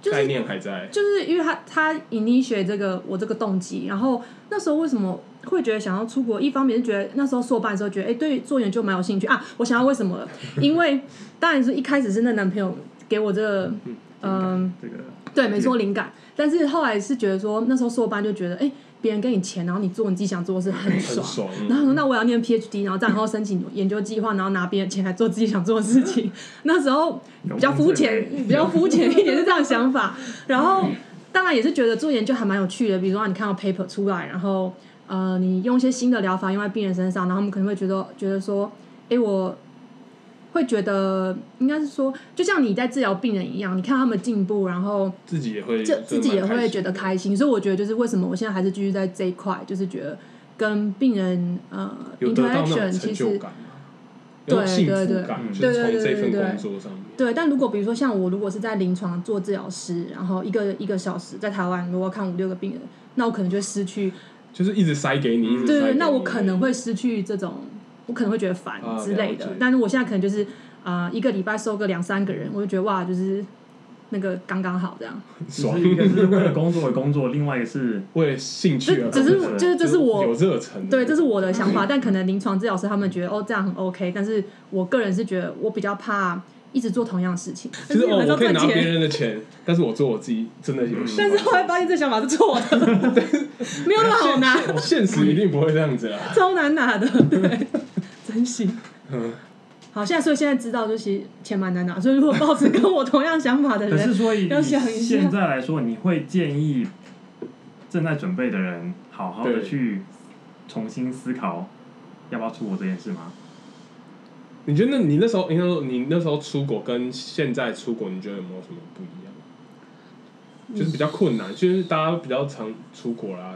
就是概念还在，就是因为他他 initiate 这个我这个动机，然后那时候为什么会觉得想要出国？一方面是觉得那时候硕班的时候觉得哎、诶对做研究蛮有兴趣啊，我想要为什么了？因为当然是一开始是那男朋友给我这个嗯。这个对，没错，灵感。但是后来是觉得说，那时候硕班就觉得，哎、别人给你钱，然后你做你自己想做的事，很很爽。爽。然后说，那我要念 PhD，然后再然后申请研究计划，然后拿别人钱来做自己想做的事情。那时候比较肤 浅，比较肤浅一点是这样的想法。然后当然也是觉得做研究还蛮有趣的，比如说你看到 paper 出来，然后呃，你用一些新的疗法用在病人身上，然后他们可能会觉得觉得说，哎，我会觉得应该是说，就像你在治疗病人一样，你看他们进步，然后自己也会，这自己也会觉得开心，所以我觉得就是为什么我现在还是继续在这一块，就是觉得跟病人呃有得到那 interaction 种其成就实感嘛，对有种幸对福对感，嗯就是对从对这对对份对工作上面。对。但如果比如说像我，如果是在临床做治疗师，然后一个一个小时在台湾，如果看五六个病人，那我可能就会失去就是一直塞给你，一直对塞给对，你那我可能会失去这种，我可能会觉得烦啊之类了的解。但是我现在可能就是啊、呃一个礼拜收个两三个人，我就觉得哇，就是那个刚刚好这样。爽只，是一个是为了工作而工作，另外一 个是为了兴趣这而只工是作就是这是我有热忱，对，这是我的想嗯法，但可能临床治疗师他们觉得哦这样很 OK，但是我个人是觉得我比较怕一直做同样的事情，其但实是哦，还是要我可赚以拿别钱。人的钱，但是我做我自己真的有喜 欢但是后来发现这想法是错 的，没有那么好拿，现现实一定不会这样子啊啦。 超难拿的，对，真心。嗯好，现在所以现在知道，就是钱蛮难拿，所以如果抱持跟我同样想法的可是人，所以要以想一下现在来说，你会建议正在准备的人好好的对去重新思考要不要出国这件事吗？你觉得那你那时候，应该说你那时候出国跟现在出国，你觉得有没有什么不一样？就是比较困难，就是大家比较常出国啦，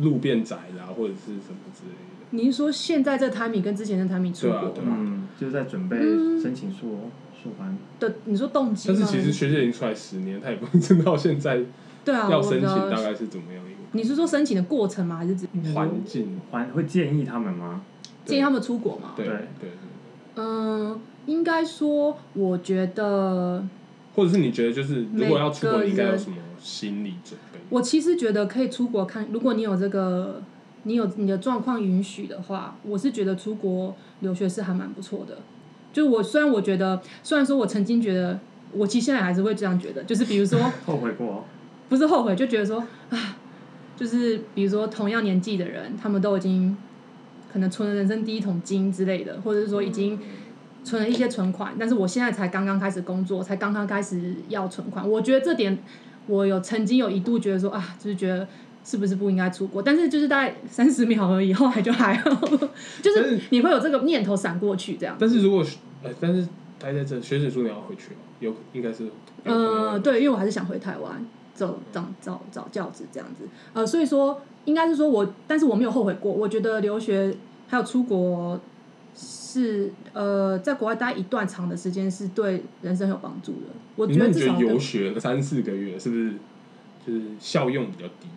路变窄啦，或者是什么之类的。你是说现在这 timing 跟之前的 timing 出对啊国对啊嗯，就是在准备嗯申请硕硕班，的？你说动机但吗？是其实学姐已经出来十年，她也不知道现在对啊，要我申请的大概是怎么样一你是说申请的过程吗？还是指个环境。还会建议他们吗？建议他们出国吗？对对对对，嗯，应该说，我觉得或者是你觉得就是如果要出国，每个你应该有人什么心理准备？我其实觉得可以出国看，如果你有这个，你有你的状况允许的话，我是觉得出国留学是还蛮不错的。就我虽然我觉得，虽然说我曾经觉得，我其实现在还是会这样觉得，就是比如说后悔过？不是后悔，就觉得说啊，就是比如说同样年纪的人，他们都已经可能存了人生第一桶金之类的，或者是说已经存了一些存款，但是我现在才刚刚开始工作，才刚刚开始要存款。我觉得这点，我有曾经有一度觉得说啊，就是觉得是不是不应该出国？但是就是大概三十秒而已，后来就还好， 就是你会有这个念头闪过去这样。但是如果呃，但是待在这学姐说你要回去哦，有应该是呃，，对，因为我还是想回台湾找找找找教职这样子。呃，所以说应该是说我，但是我没有后悔过。我觉得留学还有出国是呃，在国外待一段长的时间是对人生有帮助的。我觉那得你至觉少得对游学三四个月是不是就是效用比较低？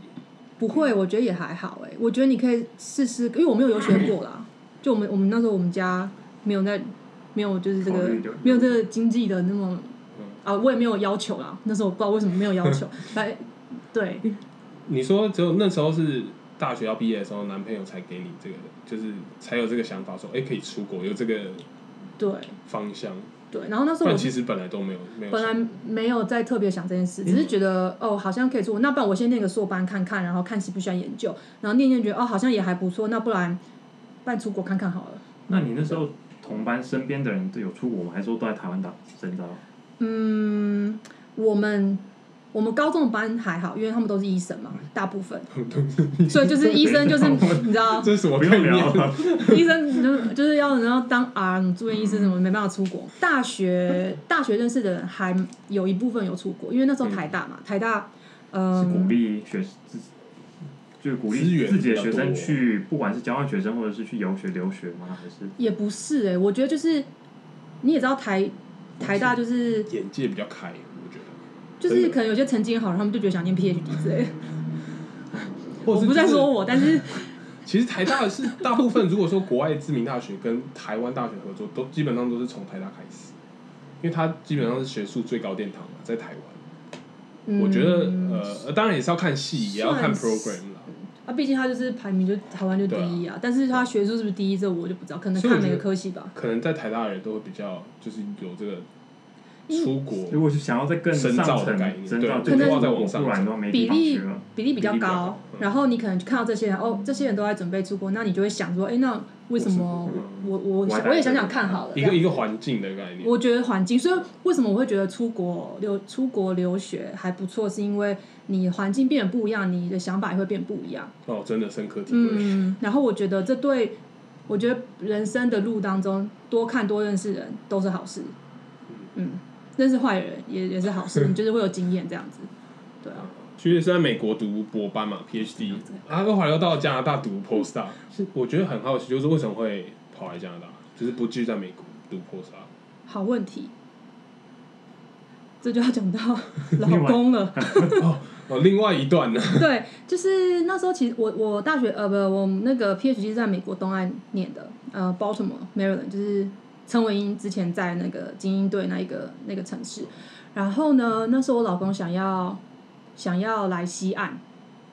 不会，我觉得也还好哎、我觉得你可以试试，因为我没有游学过啦。就我们我们那时候我们家没有在没有就是这考个虑的没有这个经济的那么嗯啊，我也没有要求啦。那时候我不知道为什么没有要 求，来对。你说只有那时候是大学要毕业的时候，男朋友才给你这个，就是才有这个想法说，哎，可以出国，有这个对方向。对，然后那时不候然我其实本来都没有没有嗯本想。来没有再特别想这件事，只是觉得哦，好像可以做。那不然我先念个硕班看看，然后看喜不喜欢研究，然后念念觉得哦，好像也还不错。那不然，不然出国看看好了。那你那时候同班身边的人都有出国吗？还是说都在台湾打深造？嗯，我们我们高中班还好，因为他们都是医生嗯嘛，大部分，所以就是医生就是你知道， 这是什么不概用念？聊了，医生就是就是要然后当 R 住院医师什么没办法出国。大学大学认识的人还有一部分有出国，因为那时嗯候台大嘛，台大是嗯。鼓励学自，就是鼓资励源自己的学比较多生去，不管是交换学生或者是去游学留学吗？还是也不是哎、我觉得就是你也知道台台大就是眼界比较开，我觉得。就是可能有些成绩很好，他们就觉得想念 PhD 之类的。或我者是不是在就是说我，但是其实台大是大部分，如果说国外知名大学跟台湾大学合作，都基本上都是从台大开始，因为它基本上是学术最高殿堂嘛，在台湾。嗯我觉得呃，呃当然也是要看系，也要看算是 program 啦。啊，毕竟他就是排名就台湾就第一啊，但是他学术是不是第一，这我就不知道，可能所以我看觉得每个科系吧。可能在台大的人都会比较就是有这个出如国，果是想要再更深上造的层概念深对造，可就能是再如往果上不然走的话没地比方去例了。比例比较比例比较高高，然后你可能看到这些人，哦，这些人都在准备出国，那你就会想说，哎，那为什么我我我还在我也想想看好了，一这样个一个环境的概念。我觉得环境，所以为什么我会觉得出国留出国留学还不错，是因为你环境变得不一样，你的想法也会变不一样。哦，真的深刻体会。嗯，然后我觉得这对我觉得人生的路当中，多看多认识人都是好事。嗯，认识坏人也也是好事，你就是会有经验这样子。对啊，学姐是在美国读博班嘛，PhD，啊，嗯后来又到加拿大读 postdoc，是我觉得很好奇，就是为什么会跑来加拿大，就是不继续在美国读 postdoc，好问题，这就要讲到老公了。哦，另外一段呢， 对，就是那时候其实我我大学呃不，我那个 PhD 是在美国东岸念的，呃，Baltimore Maryland，就是陈文英之前在那个精英队那一个那个城市。然后呢，那时候我老公想要想要来西岸，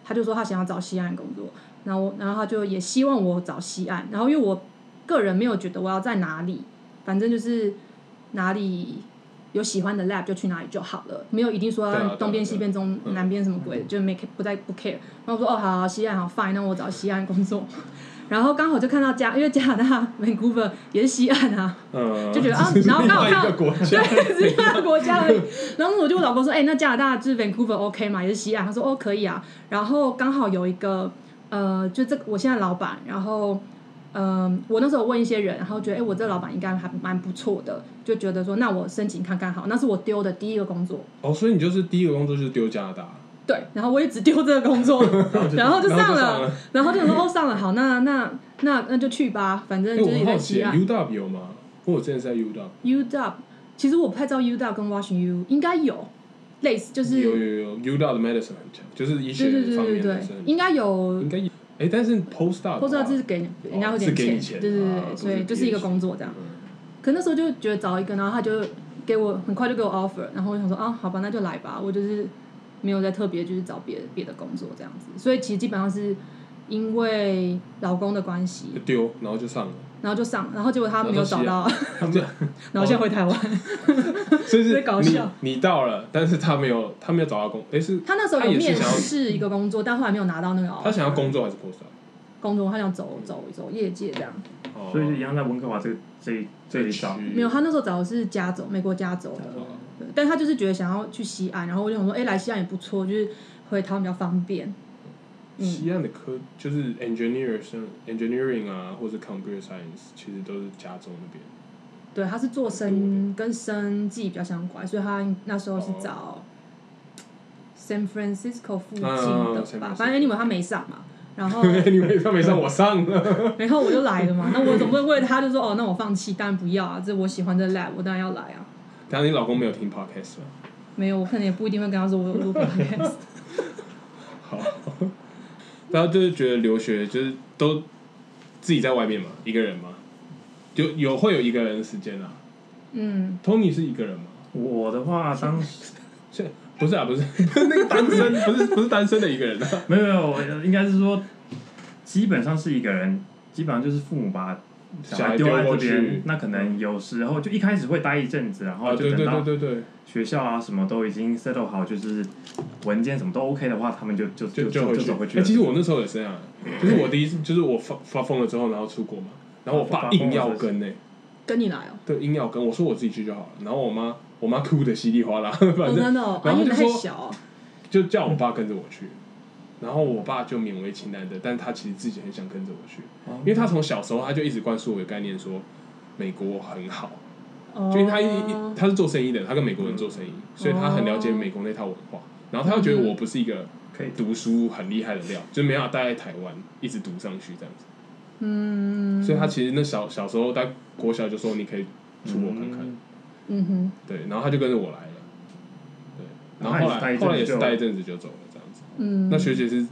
他就说他想要找西岸工作，然后我然后他就也希望我找西岸，然后因为我个人没有觉得我要在哪里，反正就是哪里。有喜欢的 lab 就去哪里就好了，没有一定说对啊对要啊东边对啊西边中嗯南边什么鬼的，就没不再不 care。然后我说哦好好西岸好 fine，那我找西岸工作。 然后刚好就看到加，因为加拿大 Vancouver 也是西岸啊，嗯，就觉 得啊这是然后刚好另外一看个国家，对，只是 他的国家而已。然后我就问老公说：“哎、那加拿大就是 Vancouver OK 吗？也是西岸？”他说：“哦，可以啊。”然后刚好有一个呃，就这个我现在老板，然后嗯，我那时候问一些人，然后觉得，哎、我这老板应该还蛮不错的，就觉得说，那我申请看看好。那是我丢的第一个工作， 哦，所以你就是第一个工作就是丢加拿大，对，然后我也只丢这个工作， 然哦后就然后上就了，了。然后就说，哦，上了，好，那那那那就去吧，反正哎、就我是也很在好奇西岸。 ，U W 有吗？因为我之前是在 U W， U Dub，其实我不太知道 U Dub 跟 Washing U 应该有类似，就是有有有 U W 的 medicine 很强，就是医学对对对方对面的对是，很应该有应该有。哎、但是 post doc 不知道这是给人家会是给点你钱对对对，啊对所以不是就是一个 PhD 工作这样。可那时候就觉得找一个，然后他就给我很快就给我 offer，然后我就想说啊，好吧，那就来吧。我就是没有再特别就是找别别的工作这样子，所以其实基本上是因为老公的关系，就丢，然后就上了，然后就上，然后结果他没有找到， 这然后现在回台湾。所以是在搞笑你你到了，但是他没有他没有找到工，哎、是他那时候他有也是面想要嗯试一个工作，但后来没有拿到那个他 offer 想要工作还是 post doc？工作，他想走走走业界这样。哦所以就一样在温哥华这个这一这一招。区没有，他那时候找的是加州，美国加州的。哦对，但他就是觉得想要去西安，然后我就想说，哎、来西安也不错，就是回台湾比较方便。嗯，西安的科就是 engineer 生 engineering 啊，或者 computer science，其实都是加州那边。对，他是做生跟生计比较相关，所以他那时候哦是找 San Francisco 附近嗯嗯的嗯，San 吧， Francisco 反正 anyway 他没上嘛，然后 你没上没上，我上了。然后我就来了嘛，那我总不能为了他就说哦，那我放弃，当然不要啊，这我喜欢的 lab 我当然要来啊，但你老公没有听 podcast 吗？没有我可能也不一定会跟他说我有录 podcast， 好， 然后就是觉得留学就是都自己在外面嘛，一个人嘛，有有会有一个人的时间啊。嗯， Tony 是一个人吗？我的话，当时是，不是啊？ 不是，那个单身， 不是不是单身的一个人啊。没有没有，我应该是说，基本上是一个人，基本上就是父母把 小孩丢在这小孩丢过去边，那可能有时候就一开始会待一阵子，然后啊，就对等对对到对对，学校啊什么都已经 settle 好，就是文件什么都 OK 的话，他们就就就就回就走回去哎、了。嗯其实我那时候也是这样，就是我第一次，就是我发发疯了之后，然后出国嘛，然后我爸发疯了硬要是不是跟呢、跟你来哦，对，硬要跟我说我自己去就好了。然后我妈，我妈哭的稀里哗啦， 反哦正真的哦，啊然后因为就太说小哦、就叫我爸跟着我去。然后我爸就勉为其难的，但他其实自己很想跟着我去，哦因为他从小时候他就一直灌输我的概念说，美国很好，哦就因为他一一他是做生意的，他跟美国人做生意，所以他很了解美国那套文化。然后他又觉得我不是一个可以读书很厉害的料，就没办法待在台湾一直读上去这样子。嗯，所以他其实那小小时候在国小就说你可以出国看看，嗯嗯哼，对，然后他就跟着我来了，对，然后然后后他来也是待一阵子就后来也是待一阵子就走了这样子。嗯，那学姐是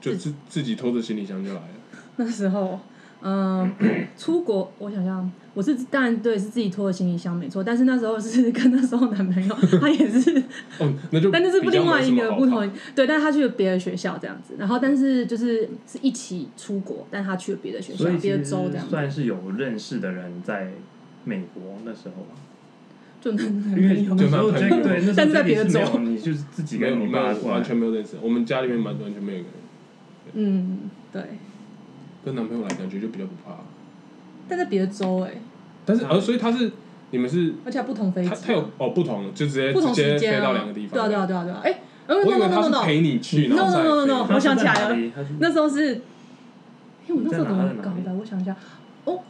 就自自己拖着行李箱就来了，那时候，嗯、出国，我想想，我是当然对是自己拖着行李箱没错，但是那时候是跟那时候男朋 友，他也是，哦，那就但那是不比较另外没一什么个好不谈同，对，但是他去了别的学校这样子，然后但是就是是一起出国，但他去了别的学校所以，其别的实州这样子，算是有认识的人在美国那时候吧。就男因为朋友那时候就 Jack- 男朋友对，那时候但是在 Jack 别的是没州有你就是自己没有跟没你爸有过来完全没有认识，我们家里面完完全没有一个人，嗯，对，跟男朋友来感觉就比较不怕，但在别的州哎、但是呃，所以他是你们是而且还不同飞机他，他有哦不同，就直接不直同时接间飞啊，到两个地对方，啊对啊对啊对啊，哎、呃我以 no no 为他 no 是 no no，陪你去，然后再 No, no, no, no, no. 飞哦我想起来了他是在哪里他是那时候是，因为我那时候怎么你在搞哪在哪的？我想一下，哦，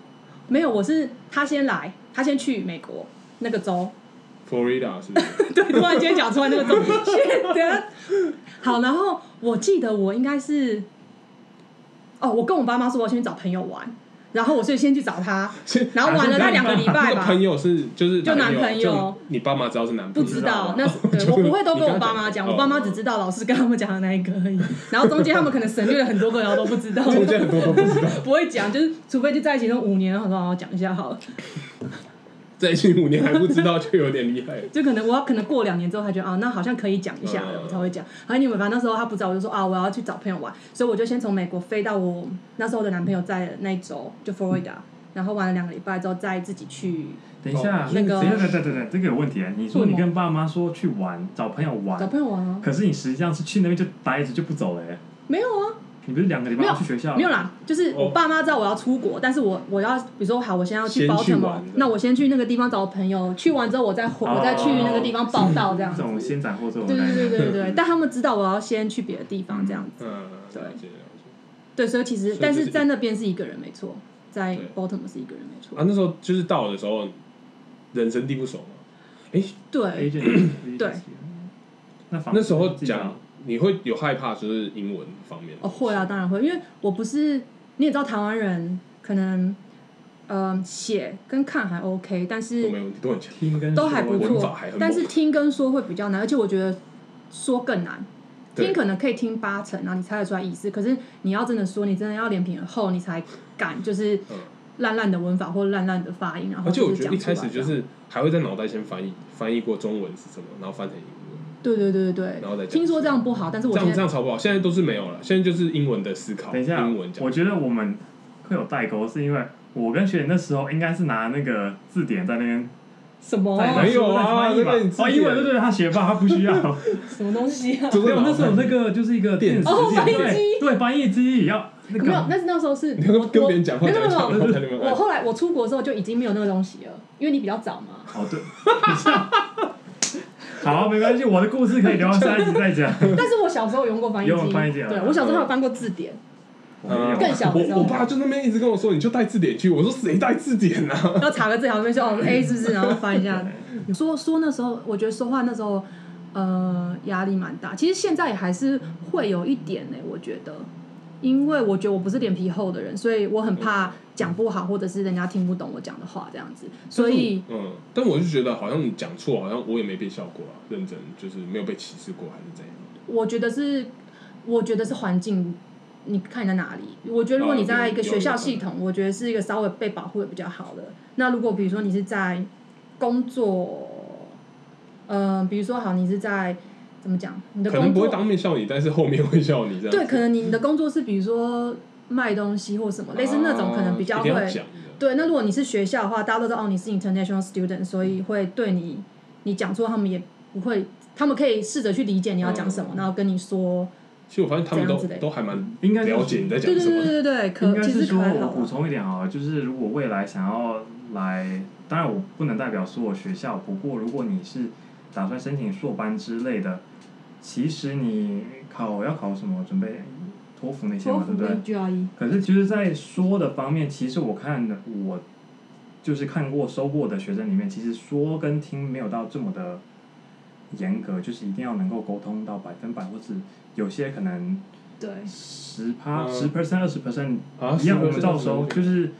没有，我是他先来，他先去美国那个州， Florida 是不 是？对，突然间讲出来那个州， 是的。好，然后我记得我应该是，哦，我跟我爸妈说我要先去找朋友玩，然后我所以先去找他，是然后玩了那两个礼那拜个吧，朋友是就是就男朋友就你爸妈知道是男朋不友，知道，那是哦对就我不会都跟你我刚爸妈刚讲，讲哦我爸妈只知道老师跟他们讲的那一个而已。然后中间他们可能省略了很多个，然后都不知道，中间很多都不知道， 不会讲，就是除非就在一起那五年，然后说哦讲一下好了。在一起五年还不知道，就有点厉害。就可能我要可能过两年之后，他觉得啊，那好像可以讲一下了，嗯我才会讲。然后你们反正那时候他不知道，我就说啊，我要去找朋友玩，所以我就先从美国飞到我那时候的男朋友在的那一周，就佛罗里嗯达，然后玩了两个礼拜之后，再自己去等一下哦，那个等一下，等等等，这个有问题啊！你说为什你么跟爸妈说去玩，找朋友找玩，朋友玩啊。可是你实际上是去那边就待着就不走了欸没有啊，你不是两个礼没拜有要去学校？没有啦，就是我爸妈知道我要出国，但是我我要比如说好，我先要去先去 Baltimore，玩的那我先去那个地方找我朋友，去完之后我再回，哦我再去那个地方报道这样子。这种先斩后奏的对概对念。对对对对，但他们知道我要先去别的地方这样子。嗯，对了解了解对，所以其实所以但就是是在那边是一个人没错，在对 Bottom 是一个人，没错。啊，那时候就是到的时候，人生地不熟嘛。哎、 对， agent 对，那房那时候记得讲你会有害怕，就是英文方面。哦，会啊，当然会，因为我不是你也知道，台湾人可能呃写跟看还 OK，但都是没问题，都很强。听跟都还说不文法错还很，但是猛听跟说会比较难，而且我觉得说更难。对听可能可以听八成，然啊后你猜得出来意思。可是你要真的说，你真的要脸皮很厚，你才敢就是嗯烂烂的文法或烂烂的发音，然后而且我就是觉讲得一出开来始就这样是还会在脑袋先翻译翻译过中文是什么，然后翻成英文。对对对对然后再对，讲听说这样不好，但是我这觉样这得样超不好，现在都是没有了，现在就是英文的思考，等一下英文，讲我。觉得我们会有代沟，是因为我跟学姐那时候应该是拿那个字典在那边什么在啊没有在啊翻译吧那个你字哦，典英文对对，他学霸，他不 需要。什么东西啊？就是对，我那时候有那个就是一个电子子哦典翻译对机对翻译机要那没有个，但是那时候是你要我 跟别人我讲话没有讲没一有讲，然后才能没有，我后来我出国的时候就已经没有那个东西了，因为你比较早 嘛。哦对，好没关系，我的故事可以留到下一集再 讲。但是我小时候有用过翻译有用翻译机机，啊对我小时候还有翻过字典，嗯更小的时候我我爸就那边一直跟我说，你就带字典去。我说谁带字典啊？ 然后查个字条那边说哦 A 是不是，然后翻一下。说说那时候，我觉得说话那时候，呃，压力蛮大。其实现在也还是会有一点呢、我觉得，因为我觉得我不是脸皮厚的人，所以我很怕讲不好，或者是人家听不懂我讲的话这样子。所以嗯，但我就觉得好像你讲错，好像我也没被笑过啊，认真就是没有被歧视过还是怎样。我觉得是，我觉得是环境。你看你在哪里？我觉得如果哦你在有一个有学有校可系能统，我觉得是一个稍微被保护的比较好的。那如果比如说你是在工作，呃，比如说好，你是在怎么讲？你的可工能不会作当面笑你，但是后面会笑你这样。对，可能你的工作是比如说卖东西或什么，类似那种可能比较啊一会定。要讲的。对，那如果你是学校的话，大家都知道哦，你是 international student，所以会对你你讲错，他们也不会，他们可以试着去理解你要讲什么，嗯然后跟你说，其实我发现他们这都样之类的都还蛮应该是了解你在讲对对什对么对的。对，可应该其是实可说，还我好补啦。充一点好了，就是如果未来想要来，当然我不能代表所有学校，不过如果你是打算申请硕班之类的，其实你考要考什么准备托福那些托嘛，对福不对跟？GRE，E，可是其实，在说的方面，其实我看的我就是看过收过的学生里面，其实说跟听没有到这么的严格，就是一定要能够沟通到百分百，或是有些可能对，十趴嗯十 percent 二十 percent 啊一样，我们10%到时候20%就是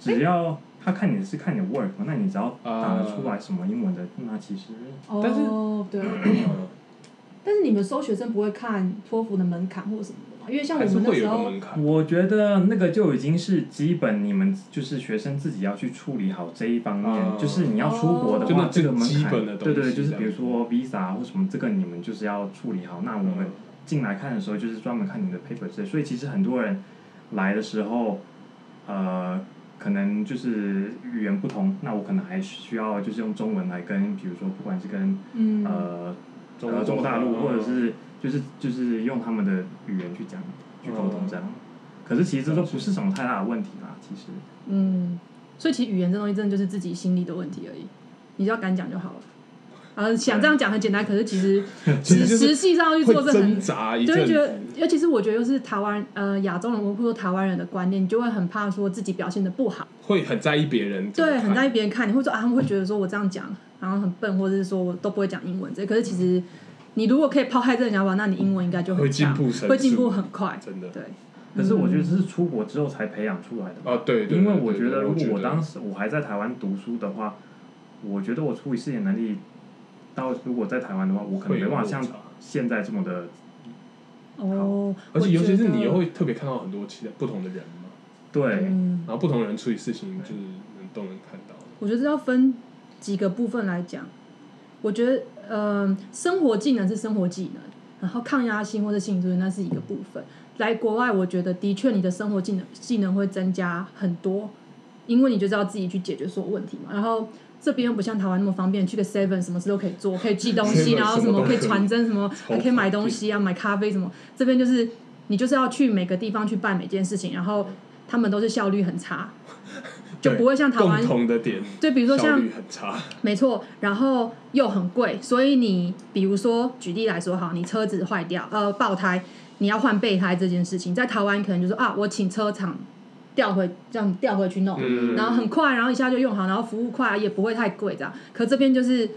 只要他看你是看你的 work 嘛，那你只要打得啊出来什么英文的，那其实但是哦，对。嗯但是你们收学生不会看托福的门槛或什么的吗？因为像我还是们那会有时一个候，门槛。我觉得那个就已经是基本，你们就是学生自己要去处理好这一方面，嗯就是你要出国的就话，哦那这个门基槛，本的对东西对，就是这样比如说 visa 或什么，这个你们就是要处理好。那我们嗯进来看的时候，就是专门看你的 paper 之类，所以其实很多人来的时候，呃，可能就是语言不同，那我可能还需要就是用中文来跟，比如说不管是跟嗯，呃中呃国中国大陆，嗯或者是就是就是用他们的语言去讲去沟嗯通这样。可是其实这都不是什么太大的问题啦，其实。嗯，所以其实语言这东西真的就是自己心里的问题而已，你只要敢讲就好了。啊，想这样讲很简单，可是其实 其实实就是实际上要去会做这很挣，扎一就会阵觉得子。，尤其是我觉得又是台湾呃亚洲人或者台湾人的观念，你就会很怕说自己表现的不好，会很在意别人怎么对，看，很在意别人看你，或者说啊，他们会觉得说我这样讲，然后很笨，或者是说我都不会讲英文这，可是其实你如果可以抛开这个想法，那你英文应该就很会进强步神速会进步很快，真的对，可是我觉得这是出国之后才培养出来的嘛。哦，对，对因为对我对觉得对如我果我当时我还在台湾读书的话，我觉得我处理事情能力到如果在台湾的话，我可能会没有办法落像差现在这么的。哦，而且我尤其是觉得你又会特别看到很多其他不同的人嘛，对，嗯然后不同的人处理事情就是能都能看到。我觉得这要分几个部分来讲。我觉得，嗯、生活技能是生活技能，然后抗压性或者心理素质那是一个部分。来国外，我觉得的确你的生活技能技能会增加很多，因为你就知道自己去解决所有问题嘛。然后这边又不像台湾那么方便，去个 Seven 什么事都可以 做，可以寄东西， Seven 然后什么么都可以可以传真，什 么超还可以买东西啊，买咖啡什么。这边就是你就是要去每个地方去办每件事情，然后他们都是效率很差，就对不会像台湾共同的点，就比如说效像率啊很差，没错，然后又很贵，所以你比如说举例来说，好，你车子坏掉，呃，爆胎，你要换备胎这件事情，在台湾可能就说啊，我请车厂调回这样调回去弄，嗯然后很快，然后一下就用好，然后服务快，也不会太贵这样。可这边就是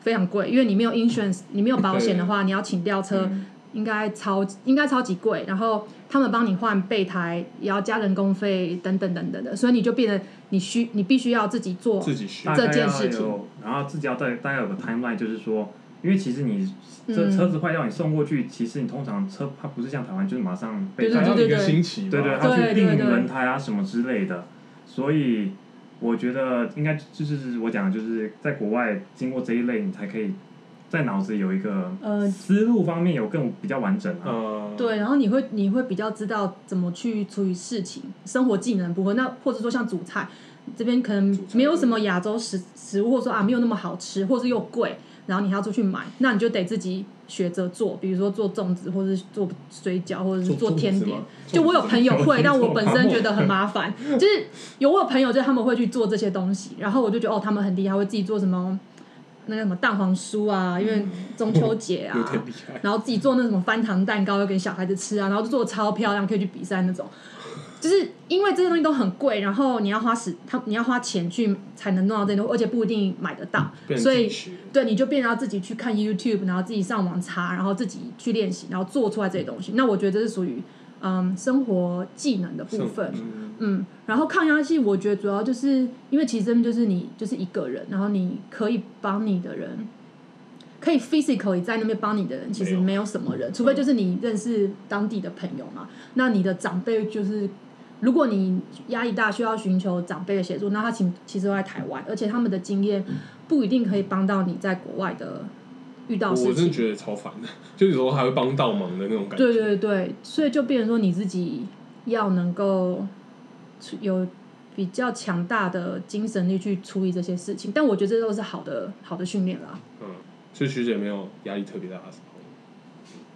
非常贵，因为你没有 insurance，你没有保险的话，你要请吊车。应该超应该超级贵，然后他们帮你换备胎，也要加人工费等等等等的，所以你就变成你需你必须要自己做自己学啊，这件事情大概要有，然后自己要大大概有个 timeline，就是说，因为其实你这嗯车子坏掉，你送过去，其实你通常车它不是像台湾就是马上被对还对要对一个星期吧，对对，他对去对定对轮胎啊什么之类的，所以我觉得应该就是我讲，的就是在国外经过这一类，你才可以在脑子有一个呃思路方面有更比较完整啊。呃，对，然后你会你会比较知道怎么去处理事情，生活技能不会，那或者说像煮菜这边可能煮菜没有什么亚洲食食物，或者说啊没有那么好吃，或者是又贵，然后你还要出去买，那你就得自己学着做，比如说做粽子，或者是做水饺，或者是做做粽子甜点吗。就我有朋友粽会，子但我本身觉得很麻烦，就是有我有朋友就是他们会去做这些东西，然后我就觉得哦他们很厉害，会自己做什么。那个什么蛋黄酥啊，因嗯为中秋节啊，有点厉害。然后自己做那什么翻糖蛋糕，又给小孩子吃啊，然后就做的超漂亮，可以去比赛那种。就是因为这些东西都很贵，然后你要花时，他你要花钱去才能弄到这些东西，而且不一定买得到，变成所以自己学对你就变成要自己去看 YouTube，然后自己上网查，然后自己去练习，然后做出来这些东西。那我觉得这是属于嗯生活技能的部分。嗯嗯，然后抗压性，我觉得主要就是因为其实真的就是你就是一个人，然后你可以帮你的人，可以 physically 在那边帮你的人，其实没有没有什么人，除非就是你认识当地的朋友嘛。那你的长辈就是，如果你压力大需要寻求长辈的协助，那他其其实都在台湾，而且他们的经验不一定可以帮到你在国外的遇到我事真的情。觉得超烦的， 就有时候还会帮倒忙的那种感觉。对对对，所以就变成说你自己要能够处有比较强大的精神力去处理这些事情，但我觉得这都是好的好的训练啦。嗯，所以学姐没有压力特别大的时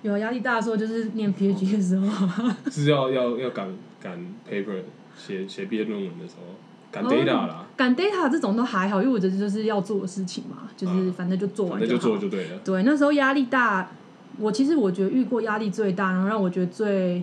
有压力大的时候就是念 PhD 的时候， 候，是要要要赶赶 paper 写写毕业论文的时候，赶哦 data 啦，赶 data 这种都还好，因为我觉得就是要做的事情嘛，就是嗯反正就做反完正就好做就对了。对，那时候压力大，我其实我觉得遇过压力最大，然后让我觉得最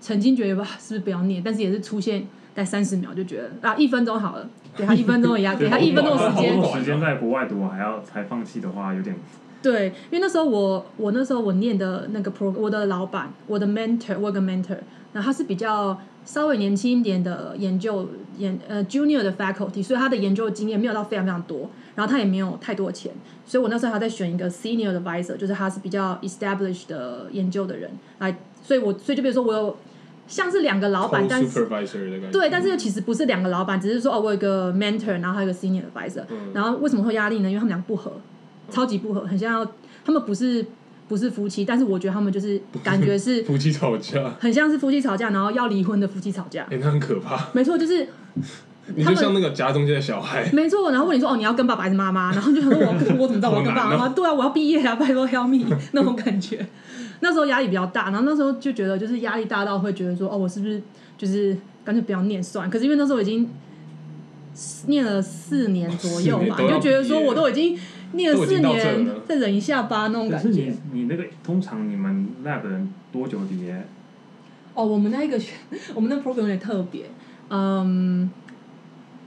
曾经觉得吧，是不是不要念？但是也是出现在三十秒就觉得啊，一分钟好了，给他一分钟的压，给他一分钟的时花间那么。多时间在国外读，我还要才放弃的话，有点对，因为那时候我我那时候我念的那个 pro，我的老板，我的 mentor，我有个 mentor，然后他是比较稍微年轻一点的研究研呃 junior 的 faculty，所以他的研究经验没有到非常非常多，然后他也没有太多钱，所以我那时候还在选一个 senior 的 visor，就是他是比较 established 的研究的人来，所以我所以就比如说我有像是两个老板， Co- 但是 supervisor 的感觉。对，但是其实不是两个老板，只是说哦，我有一个 mentor，然后还有一个 senior advisor，、嗯然后为什么会有压力呢？因为他们俩不合，超级不合，很像要他们不是不是夫妻，但是我觉得他们就是感觉是夫妻吵架，很像是夫妻吵架，然后要离婚的夫妻吵架哎、，那很可怕。没错，就是你就像那个夹中间的 小孩，没错。然后问你说哦，你要跟爸爸还是妈妈？然后就想说我我怎么知道我要跟爸 爸好妈妈？对啊，我要毕业啊，拜托 help me 那种感觉。那时候压力比较大，然后那时候就觉得就是压力大到会觉得说哦，我是不是就是干脆不要念算了？可是因为那时候已经念了四年左右嘛，四年都要啊就觉得毕说业我都已经念都了已经四到这了年，再忍一下吧那种可感是觉你。你那个通常你们 lab 的人多久毕业？哦，我们那一个学， 我们那 program 有点特别，嗯，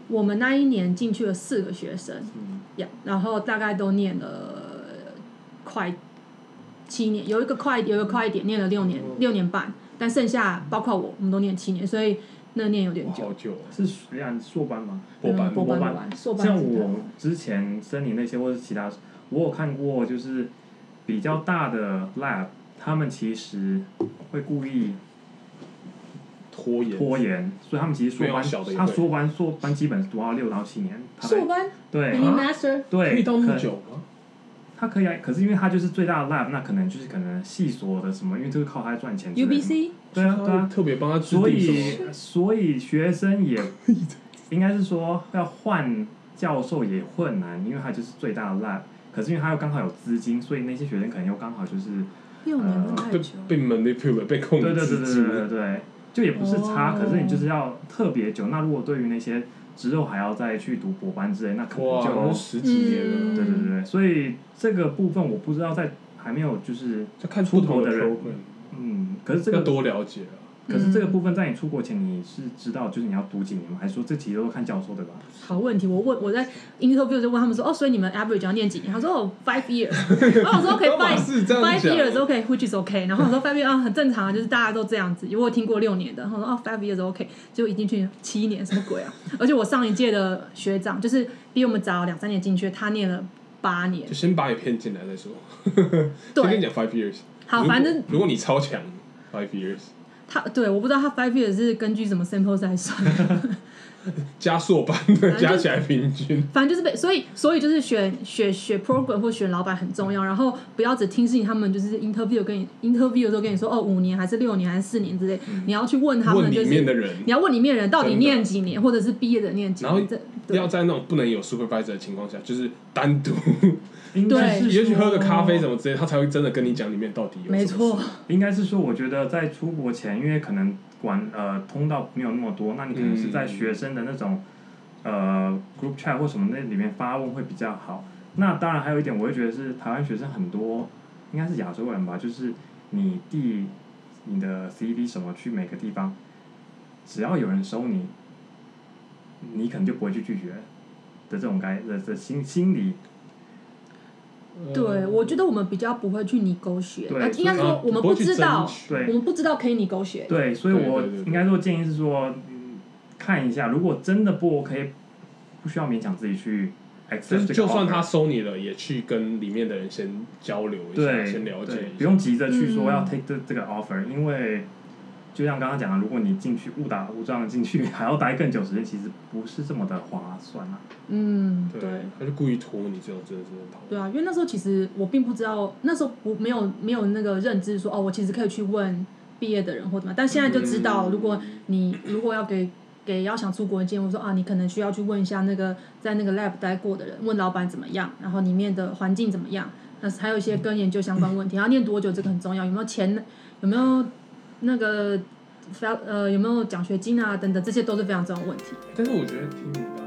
我们那一年进去了四个学生，嗯，呀，然后大概都念了快七年，有一个快有一个快一点，念了六年嗯六年半，但剩下包括我，我们都念七年，所以那念有点哇久。好久哦，是属于按硕班吗？博班嗯博班博博班班硕班像是这样我之前森林那些或是其他，我有看过，就是比较大的 lab，他们其实会故意拖延拖延，所以他们其实硕没有班小的，也他会硕班硕班基本是读到六到七年，他硕在班对啊 mini master，可对，以到那么可久吗？他可以啊，可是因为他就是最大的 lab，那可能就是可能系所的什么，因为这个靠他赚钱之类的嘛。 UBC 对啊所对以他啊会，特别帮他制所定什以么？所以学生也应该是说要换教授也困难，因为他就是最大的 lab，可是因为他又刚好有资金，所以那些学生可能又刚好就是六年会呃太被久。被 manipulate 被控对对对对对对制对住，对，就也不是哦差，可是你就是要特别久。那如果对于那些之后还要再去读博班之类，那可能哇，就那十几年嗯了，对对对对，所以这个部分我不知道在还没有就是就看不同出国的人 program，嗯，可是这要个多了解啊。可是这个部分在你出国前你是知道，就是你要读几年吗？还是说这其实都看教授的吧？好问题，我问我在 interview 就问他们说，哦，所以你们 average 要念几年？他说哦，five years。然后我说 OK 都嘛 five 是这样 five 讲 years OK which is OK。然后我说 five years 啊很正常啊，就是大家都这样子。因为我有听过六年的，然后我说哦 five years OK，结果一进去七年什么鬼啊！ 而且我上一届的学长就是比我们早两三年进去，他念了八年就。先把你骗进来再说。对先跟你讲 five years。好如果反正如果你超强，five years 他对我不知道他 five years 是根据什么 sample size 算的。加硕班的加起来平均，反正就是被，所以所以就是选选选 program 或选老板很重要，然后不要只听信他们，就是 interview 跟你 interview 的时候跟你说哦五年还是六年还是四年之类，你要去问他问们，里就是面的人你，要问里面人到底真的念几年，或者是毕业的念几然后年，这对要在那种不能有 supervisor 的情况下，就是单独，应该是 也许说喝个咖啡什么之类，他才会真的跟你讲里面到底有什么没错事，应该是说，我觉得在出国前，因为可能管呃通道没有那么多，那你可能是在学生的那种、呃 group chat 或什么那里面发问会比较好。那当然还有一点，我会觉得是台湾学生很多，应该是亚洲人吧，就是你递你的 CV 什么去每个地方，只要有人收你，你可能就不会去拒绝的这种该的的心心理。哦对，我觉得我们比较不会去你勾血，对呃应该嗯说我们不会去知道争，取对我们不知道可以你勾血，对，所以对我对对对应该说建议是说，嗯看一下，如果真的不 OK，不需要勉强自己去就 accept 是这个 offer。就算他收你了，也去跟里面的人先交流一下，对先了解对一不下。用急着去说嗯要 take 这这个 offer，因为就像刚刚讲的，如果你进去误打误撞进去， 还要待更久时间，其实不是这么的划算啊。嗯，对，他就故意拖你，这种真的是很讨厌。对啊，因为那时候其实我并不知道，那时候不没有没有那个认知说哦，我其实可以去问毕业的人或怎么样，但现在就知道，嗯如果你如果要给给要想出国的建议，我说啊，你可能需要去问一下那个在那个 lab 待过的人，问老板怎么样，然后里面的环境怎么样，那还有一些跟研究相关问题，然后念多久这个很重要，有没有钱，有没有那个。呃，有没有奖学金啊？等等，这些都是非常重要的问题。但是我觉得听你